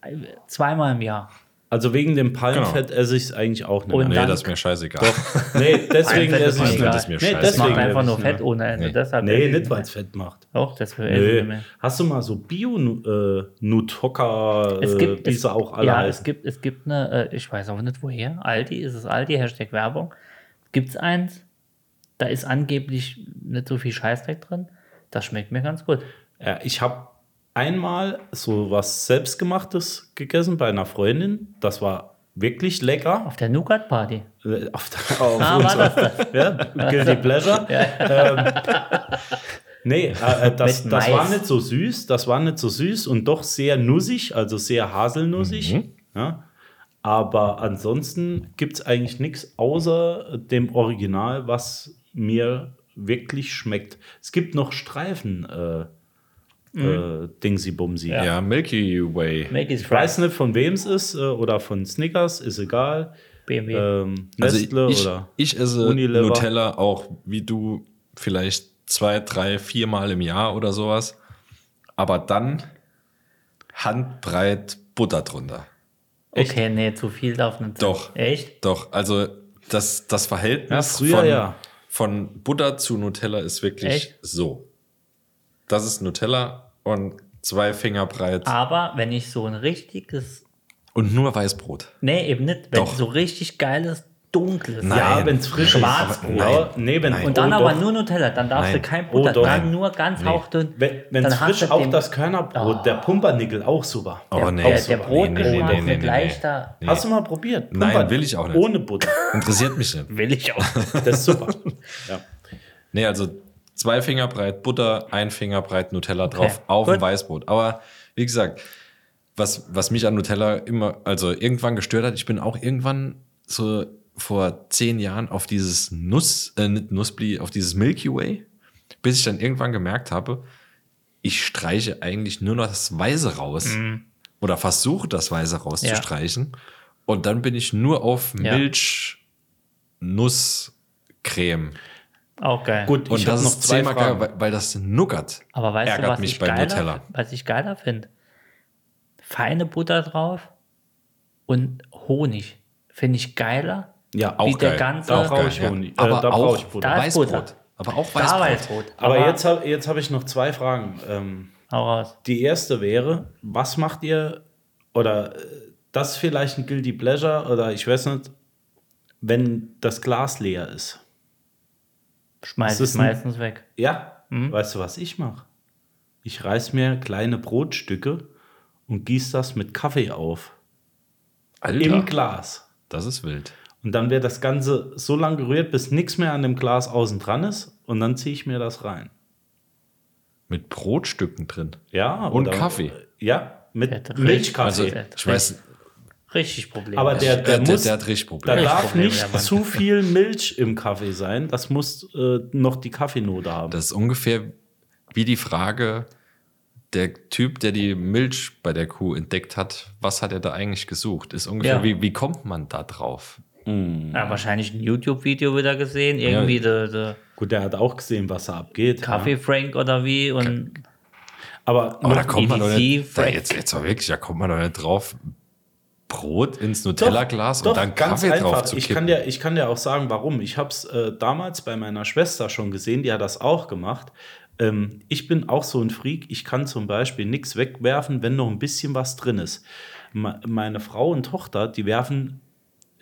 Speaker 5: zweimal im Jahr.
Speaker 4: Also wegen dem Palmfett esse ich es eigentlich auch nicht.
Speaker 5: Und
Speaker 4: mehr.
Speaker 3: Nee,
Speaker 5: dann-
Speaker 3: das ist mir scheißegal.
Speaker 4: nee, deswegen
Speaker 5: Palmfett
Speaker 4: esse
Speaker 5: ist
Speaker 4: ich
Speaker 5: mir
Speaker 4: es
Speaker 5: egal.
Speaker 4: nicht.
Speaker 5: Das ist
Speaker 3: mir
Speaker 4: nee,
Speaker 3: scheißegal.
Speaker 5: Das macht
Speaker 4: deswegen
Speaker 5: einfach
Speaker 4: esse
Speaker 5: nur
Speaker 4: ich's
Speaker 5: Fett
Speaker 4: nicht.
Speaker 5: ohne Ende.
Speaker 3: Nee.
Speaker 5: Deshalb
Speaker 4: Nee,
Speaker 5: esse
Speaker 4: nicht
Speaker 5: ich's
Speaker 4: weil es Fett macht.
Speaker 5: Doch, das will ich nicht
Speaker 4: Nee.
Speaker 5: mehr.
Speaker 4: Hast du mal so äh, Bio-Nutocker,
Speaker 5: Es gibt,
Speaker 4: wie
Speaker 5: es,
Speaker 4: sie Äh, auch alle
Speaker 5: ja, es
Speaker 4: heißen?
Speaker 5: gibt, es gibt eine, äh, ich weiß auch nicht woher, Aldi, ist es Aldi, Hashtag Werbung. Gibt es eins, da ist angeblich nicht so viel Scheißdreck drin. Das schmeckt mir ganz gut.
Speaker 4: Ja, ich habe einmal so was Selbstgemachtes gegessen bei einer Freundin. Das war wirklich lecker.
Speaker 5: Auf der Nougat-Party.
Speaker 4: Äh, Auf,
Speaker 5: [LAUGHS]
Speaker 4: der- auf
Speaker 5: Ah, war
Speaker 4: unserer- [LAUGHS] ja, Guilty Pleasure. Ähm, nee, äh, äh, das,
Speaker 5: Mit
Speaker 4: das
Speaker 5: Mais.
Speaker 4: war nicht so süß. Das war nicht so süß und doch sehr nussig, also sehr haselnussig.
Speaker 5: Mhm.
Speaker 4: Ja. Aber ansonsten gibt es eigentlich nichts außer dem Original, was mir wirklich schmeckt. Es gibt noch Streifen. Äh,
Speaker 5: Mhm.
Speaker 4: äh, Dingsy Bumsi.
Speaker 3: Ja. Milky Way.
Speaker 5: Maggie's
Speaker 4: Ich weiß
Speaker 5: Fries,
Speaker 4: nicht, von wem es ist äh, oder von Snickers, ist egal.
Speaker 5: BMW.
Speaker 4: Ähm,
Speaker 3: Also
Speaker 4: Nestle
Speaker 3: ich,
Speaker 4: oder.
Speaker 3: ich esse
Speaker 4: Unilever.
Speaker 3: Nutella auch wie du vielleicht zwei, drei, viermal im Jahr oder sowas. Aber dann handbreit Butter drunter.
Speaker 5: okay, nee, zu viel darf nicht sein.
Speaker 3: Doch.
Speaker 5: Echt?
Speaker 3: Doch, also das, das Verhältnis
Speaker 4: Ja, früher
Speaker 3: von,
Speaker 4: ja.
Speaker 3: von Butter zu Nutella ist wirklich
Speaker 5: Echt?
Speaker 3: so. Das ist Nutella und zwei Finger breit
Speaker 4: Ah.
Speaker 5: Aber wenn ich so ein richtiges,
Speaker 3: und nur Weißbrot.
Speaker 5: nee, eben nicht, wenn
Speaker 3: Doch.
Speaker 5: so richtig geiles, dunkles,
Speaker 3: Nein.
Speaker 4: ja, wenn es frisch
Speaker 5: Schwarzbrot.
Speaker 4: ist. Ja, nee, wenn's,
Speaker 5: Und dann
Speaker 4: oh,
Speaker 5: aber
Speaker 4: doch.
Speaker 5: nur Nutella, dann darfst
Speaker 3: Nein.
Speaker 5: du kein
Speaker 4: Oh,
Speaker 5: Butter,
Speaker 4: doch.
Speaker 5: dann
Speaker 4: Nein.
Speaker 5: nur ganz hauchdünn.
Speaker 4: Wenn es
Speaker 5: Dann hast
Speaker 4: frisch
Speaker 5: du
Speaker 4: auch
Speaker 5: den- Ah.
Speaker 4: das Körnerbrot, der Pumpernickel auch super.
Speaker 3: Oh,
Speaker 5: der,
Speaker 3: nee.
Speaker 5: der, der
Speaker 3: Nee,
Speaker 5: Brotgeschmack
Speaker 3: nee, nee, nee,
Speaker 5: wird
Speaker 3: nee.
Speaker 5: leichter.
Speaker 4: Hast du mal probiert?
Speaker 3: Nein,
Speaker 4: Pumpernickel.
Speaker 3: will ich auch nicht.
Speaker 4: Ohne Butter.
Speaker 3: Interessiert mich nicht.
Speaker 5: Will ich auch.
Speaker 4: Das ist super. ja.
Speaker 3: Nee, also zwei Finger breit Butter, ein Finger breit Nutella drauf, auf
Speaker 5: gut.
Speaker 3: dem Weißbrot. Aber wie gesagt, was, was mich an Nutella immer, also irgendwann gestört hat, ich bin auch irgendwann so vor zehn Jahren auf dieses Nuss, äh, nicht Nussbli, auf dieses Milky Way, bis ich dann irgendwann gemerkt habe, ich streiche eigentlich nur noch das Weiße raus
Speaker 5: Mhm.
Speaker 3: oder versuche das Weiße rauszustreichen. Und dann bin ich nur auf
Speaker 5: Ja.
Speaker 3: Milch, Nuss, Creme.
Speaker 5: Auch geil.
Speaker 4: Gut,
Speaker 3: Und
Speaker 4: ich
Speaker 3: das
Speaker 4: habe noch
Speaker 3: ist
Speaker 4: zwei
Speaker 3: zehnmal geil,
Speaker 4: Fragen.
Speaker 3: weil, weil das nuckert.
Speaker 5: Aber weißt
Speaker 3: ärgert
Speaker 5: du, was
Speaker 3: mich
Speaker 5: ich
Speaker 3: bei
Speaker 5: geiler,
Speaker 3: Nutella.
Speaker 5: was ich geiler finde? Feine Butter drauf und Honig. Finde ich geiler.
Speaker 4: Ja,
Speaker 3: Auch
Speaker 5: Wie der
Speaker 3: geil.
Speaker 5: ganze-
Speaker 3: auch
Speaker 5: Da
Speaker 4: brauche ich
Speaker 3: geil,
Speaker 4: Honig.
Speaker 3: ja.
Speaker 4: Äh,
Speaker 3: Aber
Speaker 4: da brauche
Speaker 3: auch
Speaker 4: ich Butter.
Speaker 5: Da ist Butter.
Speaker 3: Weißbrot. Aber auch
Speaker 5: Da
Speaker 3: Weißbrot.
Speaker 5: Weißbrot.
Speaker 4: Aber jetzt, hab- jetzt habe ich noch zwei Fragen. Ähm,
Speaker 5: Hau raus.
Speaker 4: Die erste wäre, was macht ihr oder äh, das ist vielleicht ein Guilty Pleasure oder ich weiß nicht, wenn das Glas leer ist? Es
Speaker 5: Schmeiß
Speaker 4: ist
Speaker 5: ich
Speaker 4: ein-
Speaker 5: meistens weg.
Speaker 4: Ja,
Speaker 3: Mhm.
Speaker 4: weißt du, was ich mache? Ich reiß mir kleine Brotstücke und gieß das mit Kaffee auf. Im
Speaker 3: Alter,
Speaker 4: Glas.
Speaker 3: das ist wild.
Speaker 4: Und dann wird das Ganze so lang gerührt, bis nichts mehr an dem Glas außen dran ist. Und dann ziehe ich mir das rein.
Speaker 3: Mit Brotstücken drin.
Speaker 4: Ja.
Speaker 3: Und
Speaker 4: oder- äh,
Speaker 3: Kaffee.
Speaker 4: Ja,
Speaker 5: Der
Speaker 4: mit
Speaker 5: hat
Speaker 3: Also,
Speaker 4: Milchkaffee.
Speaker 5: Kaffee.
Speaker 3: ich weiß,
Speaker 5: Richtig Problem.
Speaker 4: Aber
Speaker 5: Ja.
Speaker 4: der, der,
Speaker 3: äh, der,
Speaker 4: muss,
Speaker 3: der hat richtig
Speaker 4: Da
Speaker 3: Probleme.
Speaker 4: darf
Speaker 5: Problem,
Speaker 4: nicht
Speaker 5: ja, Mann.
Speaker 4: zu viel Milch im Kaffee sein. Das muss äh, noch die Kaffeenote haben.
Speaker 3: Das ist ungefähr wie die Frage, der Typ, der die Milch bei der Kuh entdeckt hat, was hat er da eigentlich gesucht? Ist ungefähr,
Speaker 5: Ja.
Speaker 3: wie, wie kommt man da drauf?
Speaker 5: ja, wahrscheinlich ein YouTube-Video wieder gesehen. Irgendwie der der
Speaker 4: Gut, der hat auch gesehen, was da abgeht. Ja.
Speaker 5: Kaffee-Frank oder wie. Und
Speaker 4: Aber
Speaker 3: Aber
Speaker 4: noch-
Speaker 3: Oh, da kommt man doch nicht, da,
Speaker 5: Frank.
Speaker 3: jetzt, jetzt mal wirklich, da kommt man doch nicht drauf, Brot ins Nutella-Glas
Speaker 4: doch,
Speaker 3: und dann
Speaker 4: ganz
Speaker 3: Kaffee
Speaker 4: einfach.
Speaker 3: drauf zu
Speaker 4: ich kann,
Speaker 3: kippen.
Speaker 4: dir, ich kann dir auch sagen, warum. Ich habe es äh, damals bei meiner Schwester schon gesehen, die hat das auch gemacht. Ähm, ich bin auch so ein Freak. Ich kann zum Beispiel nichts wegwerfen, wenn noch ein bisschen was drin ist. Me meine Frau und Tochter, die werfen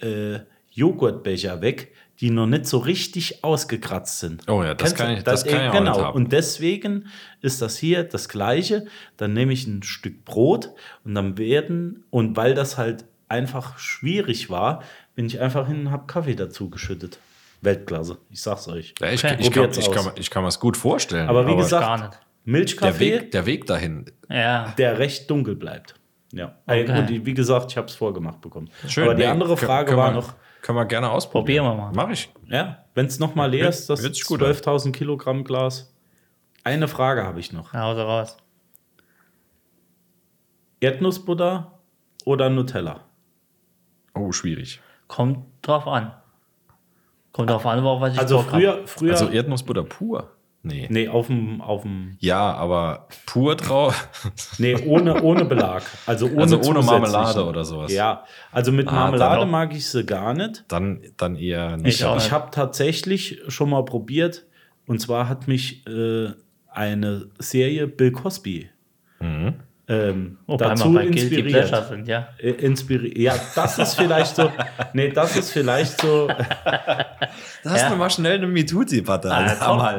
Speaker 4: äh, Joghurtbecher weg, die noch nicht so richtig ausgekratzt sind.
Speaker 3: Oh ja, das
Speaker 4: Kennst du?
Speaker 3: kann ich- das kann ich auch
Speaker 4: genau.
Speaker 3: nicht haben.
Speaker 4: Und deswegen ist das hier das Gleiche. Dann nehme ich ein Stück Brot und dann werden, und weil das halt einfach schwierig war, bin ich einfach hin und habe Kaffee dazu geschüttet. Weltklasse, ich sag's euch.
Speaker 3: ja, ich,
Speaker 5: Okay.
Speaker 3: ich, kann,
Speaker 4: Probiert's
Speaker 3: ich, kann,
Speaker 4: aus.
Speaker 3: ich kann mir das gut vorstellen.
Speaker 4: aber wie
Speaker 5: aber gar nicht.
Speaker 4: gesagt,
Speaker 3: der,
Speaker 4: Milchkaffee,
Speaker 3: Weg, der Weg dahin,
Speaker 5: ja,
Speaker 4: der recht dunkel bleibt. Ja.
Speaker 5: Okay.
Speaker 4: Und die- wie gesagt, ich habe es vorgemacht bekommen.
Speaker 3: schön.
Speaker 4: Aber die
Speaker 3: nee,
Speaker 4: andere
Speaker 3: können-
Speaker 4: Frage
Speaker 3: können
Speaker 4: war
Speaker 3: wir-
Speaker 4: noch,
Speaker 3: Können wir gerne ausprobieren.
Speaker 5: Probieren wir mal.
Speaker 3: Mach ich.
Speaker 4: ja, wenn es nochmal leer
Speaker 3: Hört-
Speaker 4: ist, das
Speaker 3: hört sich gut an.
Speaker 4: 12.000 Kilogramm Glas. Eine Frage habe ich noch.
Speaker 5: hau sie raus.
Speaker 4: Erdnussbutter oder Nutella?
Speaker 3: Oh, schwierig.
Speaker 5: Kommt drauf an. Kommt drauf an, worauf was ich
Speaker 4: Also
Speaker 5: Bock hab.
Speaker 4: früher, früher
Speaker 3: Also Erdnussbutter pur? Nee.
Speaker 4: nee, auf dem, auf dem,
Speaker 3: Ja, aber pur [LAUGHS] drauf.
Speaker 4: nee, ohne, ohne Belag. Also ohne,
Speaker 3: Also ohne
Speaker 4: zusätzlichen.
Speaker 3: Marmelade oder sowas.
Speaker 4: Ja, also mit
Speaker 3: dann
Speaker 4: Marmelade
Speaker 3: auch.
Speaker 4: mag ich sie gar nicht.
Speaker 3: Dann, dann eher
Speaker 4: Ich,
Speaker 3: nicht.
Speaker 5: auch
Speaker 4: ich
Speaker 5: nicht.
Speaker 4: habe tatsächlich schon mal probiert und zwar hat mich äh, eine Serie Bill Cosby
Speaker 3: Mhm.
Speaker 4: ähm,
Speaker 5: Wobei
Speaker 4: dazu
Speaker 5: wir bei Guilty
Speaker 4: inspiriert.
Speaker 5: Pleasure sind, ja.
Speaker 4: Äh, inspiri ja, das ist vielleicht so. Nee, das ist vielleicht
Speaker 5: [LAUGHS]
Speaker 4: so.
Speaker 3: Da hast
Speaker 5: Ja.
Speaker 3: du mal schnell eine MeToo-Debatte
Speaker 5: Ah,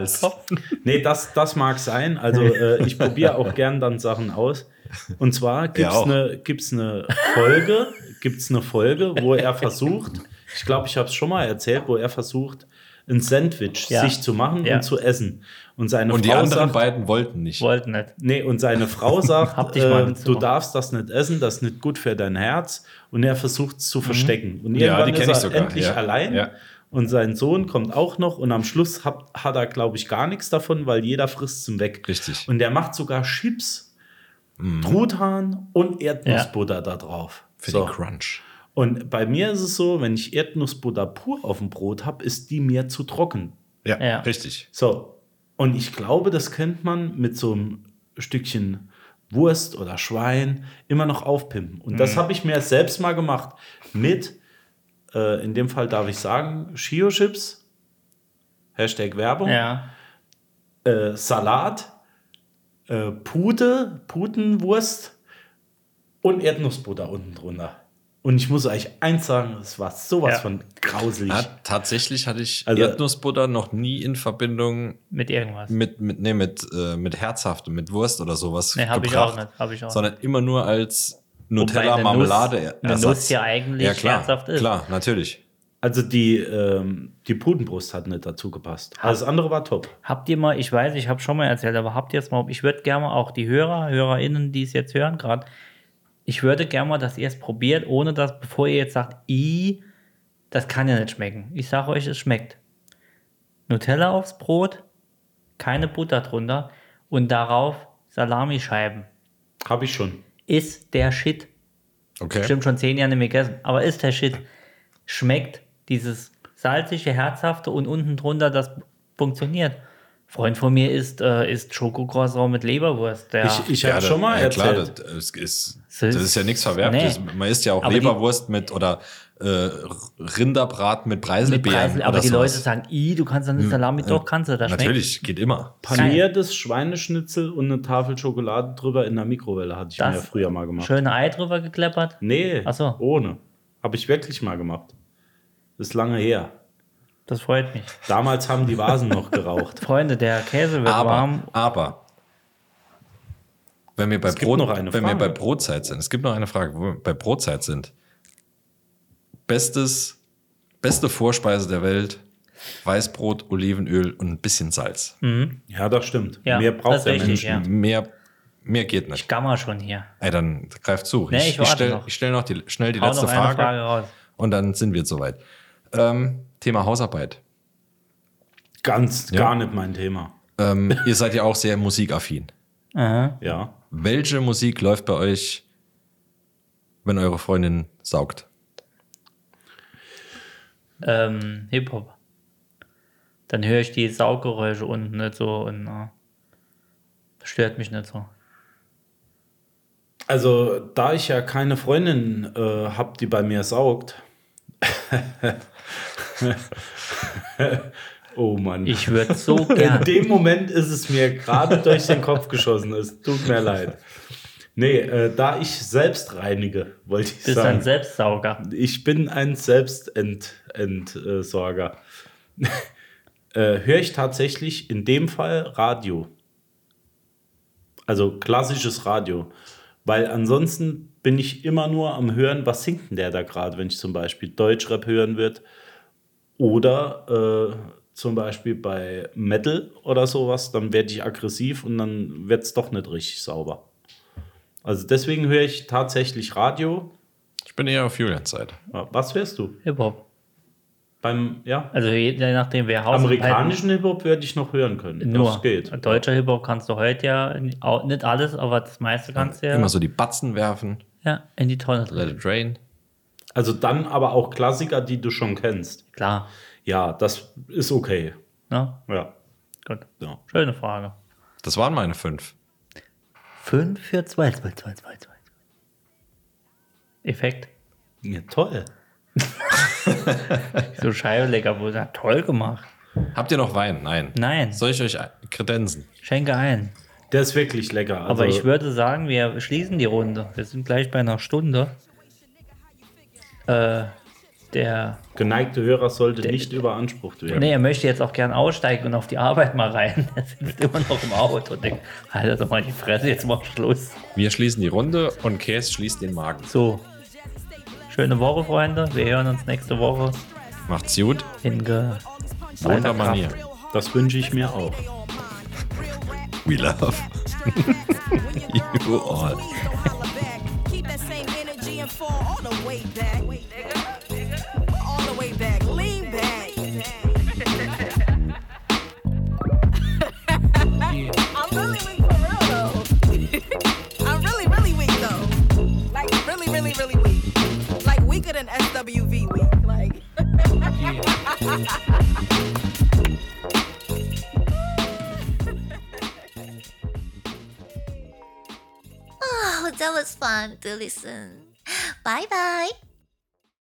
Speaker 5: top, top.
Speaker 4: Nee, das, das mag sein.
Speaker 3: [LAUGHS]
Speaker 4: Also äh, ich probiere auch gern dann Sachen aus. Und zwar gibt es
Speaker 3: auch.
Speaker 4: eine gibt's ne Folge, gibt's eine Folge, wo er versucht, ich glaube, ich habe es schon mal erzählt, wo er versucht, ein Sandwich
Speaker 5: Ja.
Speaker 4: sich zu machen
Speaker 5: Ja.
Speaker 4: und zu essen. Und seine
Speaker 3: Und die
Speaker 4: Frau
Speaker 3: anderen
Speaker 4: sagt,
Speaker 3: beiden wollten nicht.
Speaker 5: Wollten nicht.
Speaker 4: Nee, und seine
Speaker 5: [LAUGHS]
Speaker 4: Frau sagt,
Speaker 5: Hab dich mal
Speaker 4: äh, du
Speaker 5: mitgebracht.
Speaker 4: darfst das nicht essen, das ist nicht gut für dein Herz. Und er versucht
Speaker 5: Mhm.
Speaker 4: es zu verstecken. Und
Speaker 3: Ja,
Speaker 4: irgendwann
Speaker 3: die kenn
Speaker 4: ist er
Speaker 3: ich sogar,
Speaker 4: endlich
Speaker 3: ja.
Speaker 4: allein.
Speaker 3: Ja.
Speaker 4: Und sein Sohn kommt auch noch. Und am Schluss hat, hat er, glaube ich, gar nichts davon, weil jeder frisst es weg.
Speaker 3: Richtig. Mhm.
Speaker 4: Und der macht sogar Chips, Truthahn und Erdnussbutter da drauf.
Speaker 3: Für
Speaker 4: So.
Speaker 3: den Crunch.
Speaker 4: Und bei mir ist es so, wenn ich Erdnussbutter pur auf dem Brot habe, ist die mir zu trocken.
Speaker 3: Ja,
Speaker 5: Ja.
Speaker 3: richtig.
Speaker 4: So, und ich glaube, das könnte man mit so einem Stückchen Wurst oder Schwein immer noch aufpimpen. Und
Speaker 5: Mhm.
Speaker 4: das habe ich mir selbst mal gemacht mit, äh, in dem Fall darf ich sagen, Shio-Chips, Hashtag Werbung,
Speaker 5: Ja.
Speaker 4: äh, Salat, äh, Pute, Putenwurst und Erdnussbutter unten drunter. Und ich muss euch eins sagen, es war sowas
Speaker 5: Ja.
Speaker 4: von grauselig.
Speaker 3: Hat, tatsächlich hatte ich
Speaker 4: Also-
Speaker 3: Erdnussbutter noch nie in Verbindung
Speaker 5: Mit irgendwas.
Speaker 3: mit, mit, nee, mit, äh, mit herzhaftem, mit Wurst oder sowas
Speaker 5: Nee, hab ich
Speaker 3: gebracht.
Speaker 5: auch nicht, hab ich auch
Speaker 3: sondern immer nur als
Speaker 5: eine
Speaker 3: Nutella-Marmelade.
Speaker 5: Nuss- eine Nuss ja eigentlich
Speaker 3: ja, klar,
Speaker 5: herzhaft ist.
Speaker 3: Klar, natürlich.
Speaker 4: Also die, ähm, die Pudenbrust hat nicht dazu gepasst. Alles andere war top.
Speaker 5: Habt ihr mal, ich weiß, ich habe schon mal erzählt, aber habt ihr jetzt mal, ich würde gerne mal auch die Hörer, HörerInnen, die es jetzt hören gerade, ich würde gerne mal, dass ihr es probiert, ohne dass, bevor ihr jetzt sagt, i, Das kann ja nicht schmecken. Ich sage euch, es schmeckt. Nutella aufs Brot, keine Butter drunter und darauf Salamischeiben.
Speaker 4: Habe ich schon.
Speaker 5: Ist der Shit.
Speaker 3: Okay.
Speaker 5: Bestimmt schon zehn Jahre nicht mehr gegessen, aber ist der Shit. Schmeckt dieses salzige, herzhafte und unten drunter, das funktioniert. Freund von mir isst, äh, isst Schokokroissant mit Leberwurst. Der
Speaker 4: Ich, ich
Speaker 3: Ja,
Speaker 4: habe
Speaker 3: da-
Speaker 4: schon mal
Speaker 3: ja,
Speaker 4: erzählt.
Speaker 3: klar, das ist, ist, das ist ja nichts Verwerftes.
Speaker 5: Nee.
Speaker 3: Man isst ja auch
Speaker 5: Aber die-
Speaker 3: Leberwurst mit oder äh, Rinderbraten mit
Speaker 5: mit
Speaker 3: Preiselbeeren.
Speaker 5: Preisen, aber
Speaker 3: oder
Speaker 5: die Leute
Speaker 3: sowas. Hm,
Speaker 5: sagen, i, du kannst dann nicht Salami, doch kannst du, das schmeckt.
Speaker 3: Natürlich, geht immer.
Speaker 4: Paniertes Schweineschnitzel und eine Tafel Schokolade drüber in der Mikrowelle hatte ich
Speaker 5: Das-
Speaker 4: mir ja früher mal gemacht.
Speaker 5: Schöne Ei drüber gekleppert.
Speaker 4: Nee,
Speaker 5: Ach so.
Speaker 4: ohne. Habe ich wirklich mal gemacht. Ist lange her.
Speaker 5: Das freut mich.
Speaker 4: Damals haben die Vasen noch
Speaker 5: [LAUGHS]
Speaker 4: geraucht.
Speaker 5: Freunde, der Käse wird
Speaker 3: Aber,
Speaker 5: warm.
Speaker 3: aber wenn wir bei
Speaker 4: gibt
Speaker 3: Brot,
Speaker 4: noch eine
Speaker 3: wenn wir bei
Speaker 4: Frage.
Speaker 3: Brotzeit sind, es gibt noch eine Frage, wo wir bei Brotzeit sind. Bestes, beste Vorspeise der Welt: Weißbrot, Olivenöl und ein bisschen Salz.
Speaker 5: Hm.
Speaker 4: Ja, das stimmt.
Speaker 5: Ja,
Speaker 4: Mehr
Speaker 5: das
Speaker 4: braucht
Speaker 5: ist
Speaker 4: der Mensch.
Speaker 5: richtig, ja.
Speaker 3: Mehr, mehr geht nicht.
Speaker 5: Ich gammer schon hier.
Speaker 3: Ey, dann greif zu.
Speaker 5: Nee, ich
Speaker 3: ich
Speaker 5: warte
Speaker 3: stelle
Speaker 5: noch.
Speaker 3: noch, stell noch die, schnell die
Speaker 5: Hau
Speaker 3: letzte
Speaker 5: noch eine
Speaker 3: Frage.
Speaker 5: Frage raus.
Speaker 3: Und dann sind wir soweit. Ähm, Thema Hausarbeit.
Speaker 4: Ganz, gar nicht mein Thema.
Speaker 5: [LAUGHS]
Speaker 3: Ähm, ihr seid ja auch sehr musikaffin.
Speaker 5: Aha.
Speaker 4: Ja.
Speaker 3: Welche Musik läuft bei euch, wenn eure Freundin saugt?
Speaker 5: Ähm, Hip-Hop. Dann höre ich die Sauggeräusche unten nicht so und äh, das stört mich nicht so.
Speaker 4: Also, da ich ja keine Freundin äh, habe, die bei mir saugt. [LAUGHS] oh Mann.
Speaker 5: Ich
Speaker 4: [LAUGHS]
Speaker 5: würde so
Speaker 4: In
Speaker 5: gern.
Speaker 4: dem Moment ist es mir gerade durch den Kopf geschossen. Es tut mir leid. Nee, äh, da ich selbst reinige, wollte ich
Speaker 5: Bist
Speaker 4: sagen.
Speaker 5: ein Selbstsauger.
Speaker 4: ich bin ein Selbstentsorger. [LAUGHS] äh, Höre ich tatsächlich in dem Fall Radio. Also klassisches Radio. Weil ansonsten bin ich immer nur am Hören, was singt denn der da gerade, wenn ich zum Beispiel Deutschrap hören würde. Oder äh, zum Beispiel bei Metal oder sowas, dann werde ich aggressiv und dann wird es doch nicht richtig sauber. Also deswegen höre ich tatsächlich Radio.
Speaker 3: Ich bin eher auf Julians Seite.
Speaker 4: Was hörst du?
Speaker 5: Hip-Hop.
Speaker 4: Beim, ja.
Speaker 5: Also je nachdem, wer Haus
Speaker 4: Amerikanischen Hip-Hop würde ich noch hören können.
Speaker 5: nur
Speaker 4: Das geht.
Speaker 5: deutscher Hip-Hop kannst du heute ja in- auch- nicht alles, aber das meiste kannst du ja,
Speaker 3: Immer so die Batzen werfen,
Speaker 5: ja in die Tonne
Speaker 3: let
Speaker 5: drehen.
Speaker 3: it rain.
Speaker 4: Also dann aber auch Klassiker, die du schon kennst.
Speaker 5: Klar.
Speaker 4: Ja, das ist okay.
Speaker 5: Ne?
Speaker 4: Ja.
Speaker 5: Gut.
Speaker 4: ja.
Speaker 5: Schöne Frage.
Speaker 3: Das waren meine fünf.
Speaker 5: 5 für 2, 2, 2, 2, 2. Effekt.
Speaker 4: ja toll.
Speaker 5: So Scheibe lecker, wo sagt, toll gemacht.
Speaker 3: Habt ihr noch Wein? Nein.
Speaker 5: Nein.
Speaker 3: Soll ich euch ein- kredenzen?
Speaker 5: Schenke ein.
Speaker 4: Der ist wirklich lecker. Also,
Speaker 5: Aber ich würde sagen, wir schließen die Runde. Wir sind gleich bei einer Stunde. Äh, der.
Speaker 4: geneigte Hörer sollte nicht überansprucht werden.
Speaker 5: Nee, er möchte jetzt auch gern aussteigen und auf die Arbeit mal rein. [LAUGHS] Er sitzt immer noch im Auto und denkt, Alter, doch mal die Fresse, jetzt mach Schluss.
Speaker 3: Wir schließen die Runde und Käse schließt den Magen.
Speaker 5: So. Schöne Woche, Freunde. Wir hören uns nächste Woche
Speaker 3: Macht's gut.
Speaker 5: in Ge
Speaker 3: Wunder Manier.
Speaker 4: Das wünsche ich mir auch.
Speaker 3: We love you all.
Speaker 2: Keep that same energy and fall all the way back. [LAUGHS] All the way back. Lean back. I'm really weak for real though. I'm really, really weak though. Like really, really, really weak. Like weaker than SWV weak. Like
Speaker 1: Oh, that was fun to listen. Bye bye.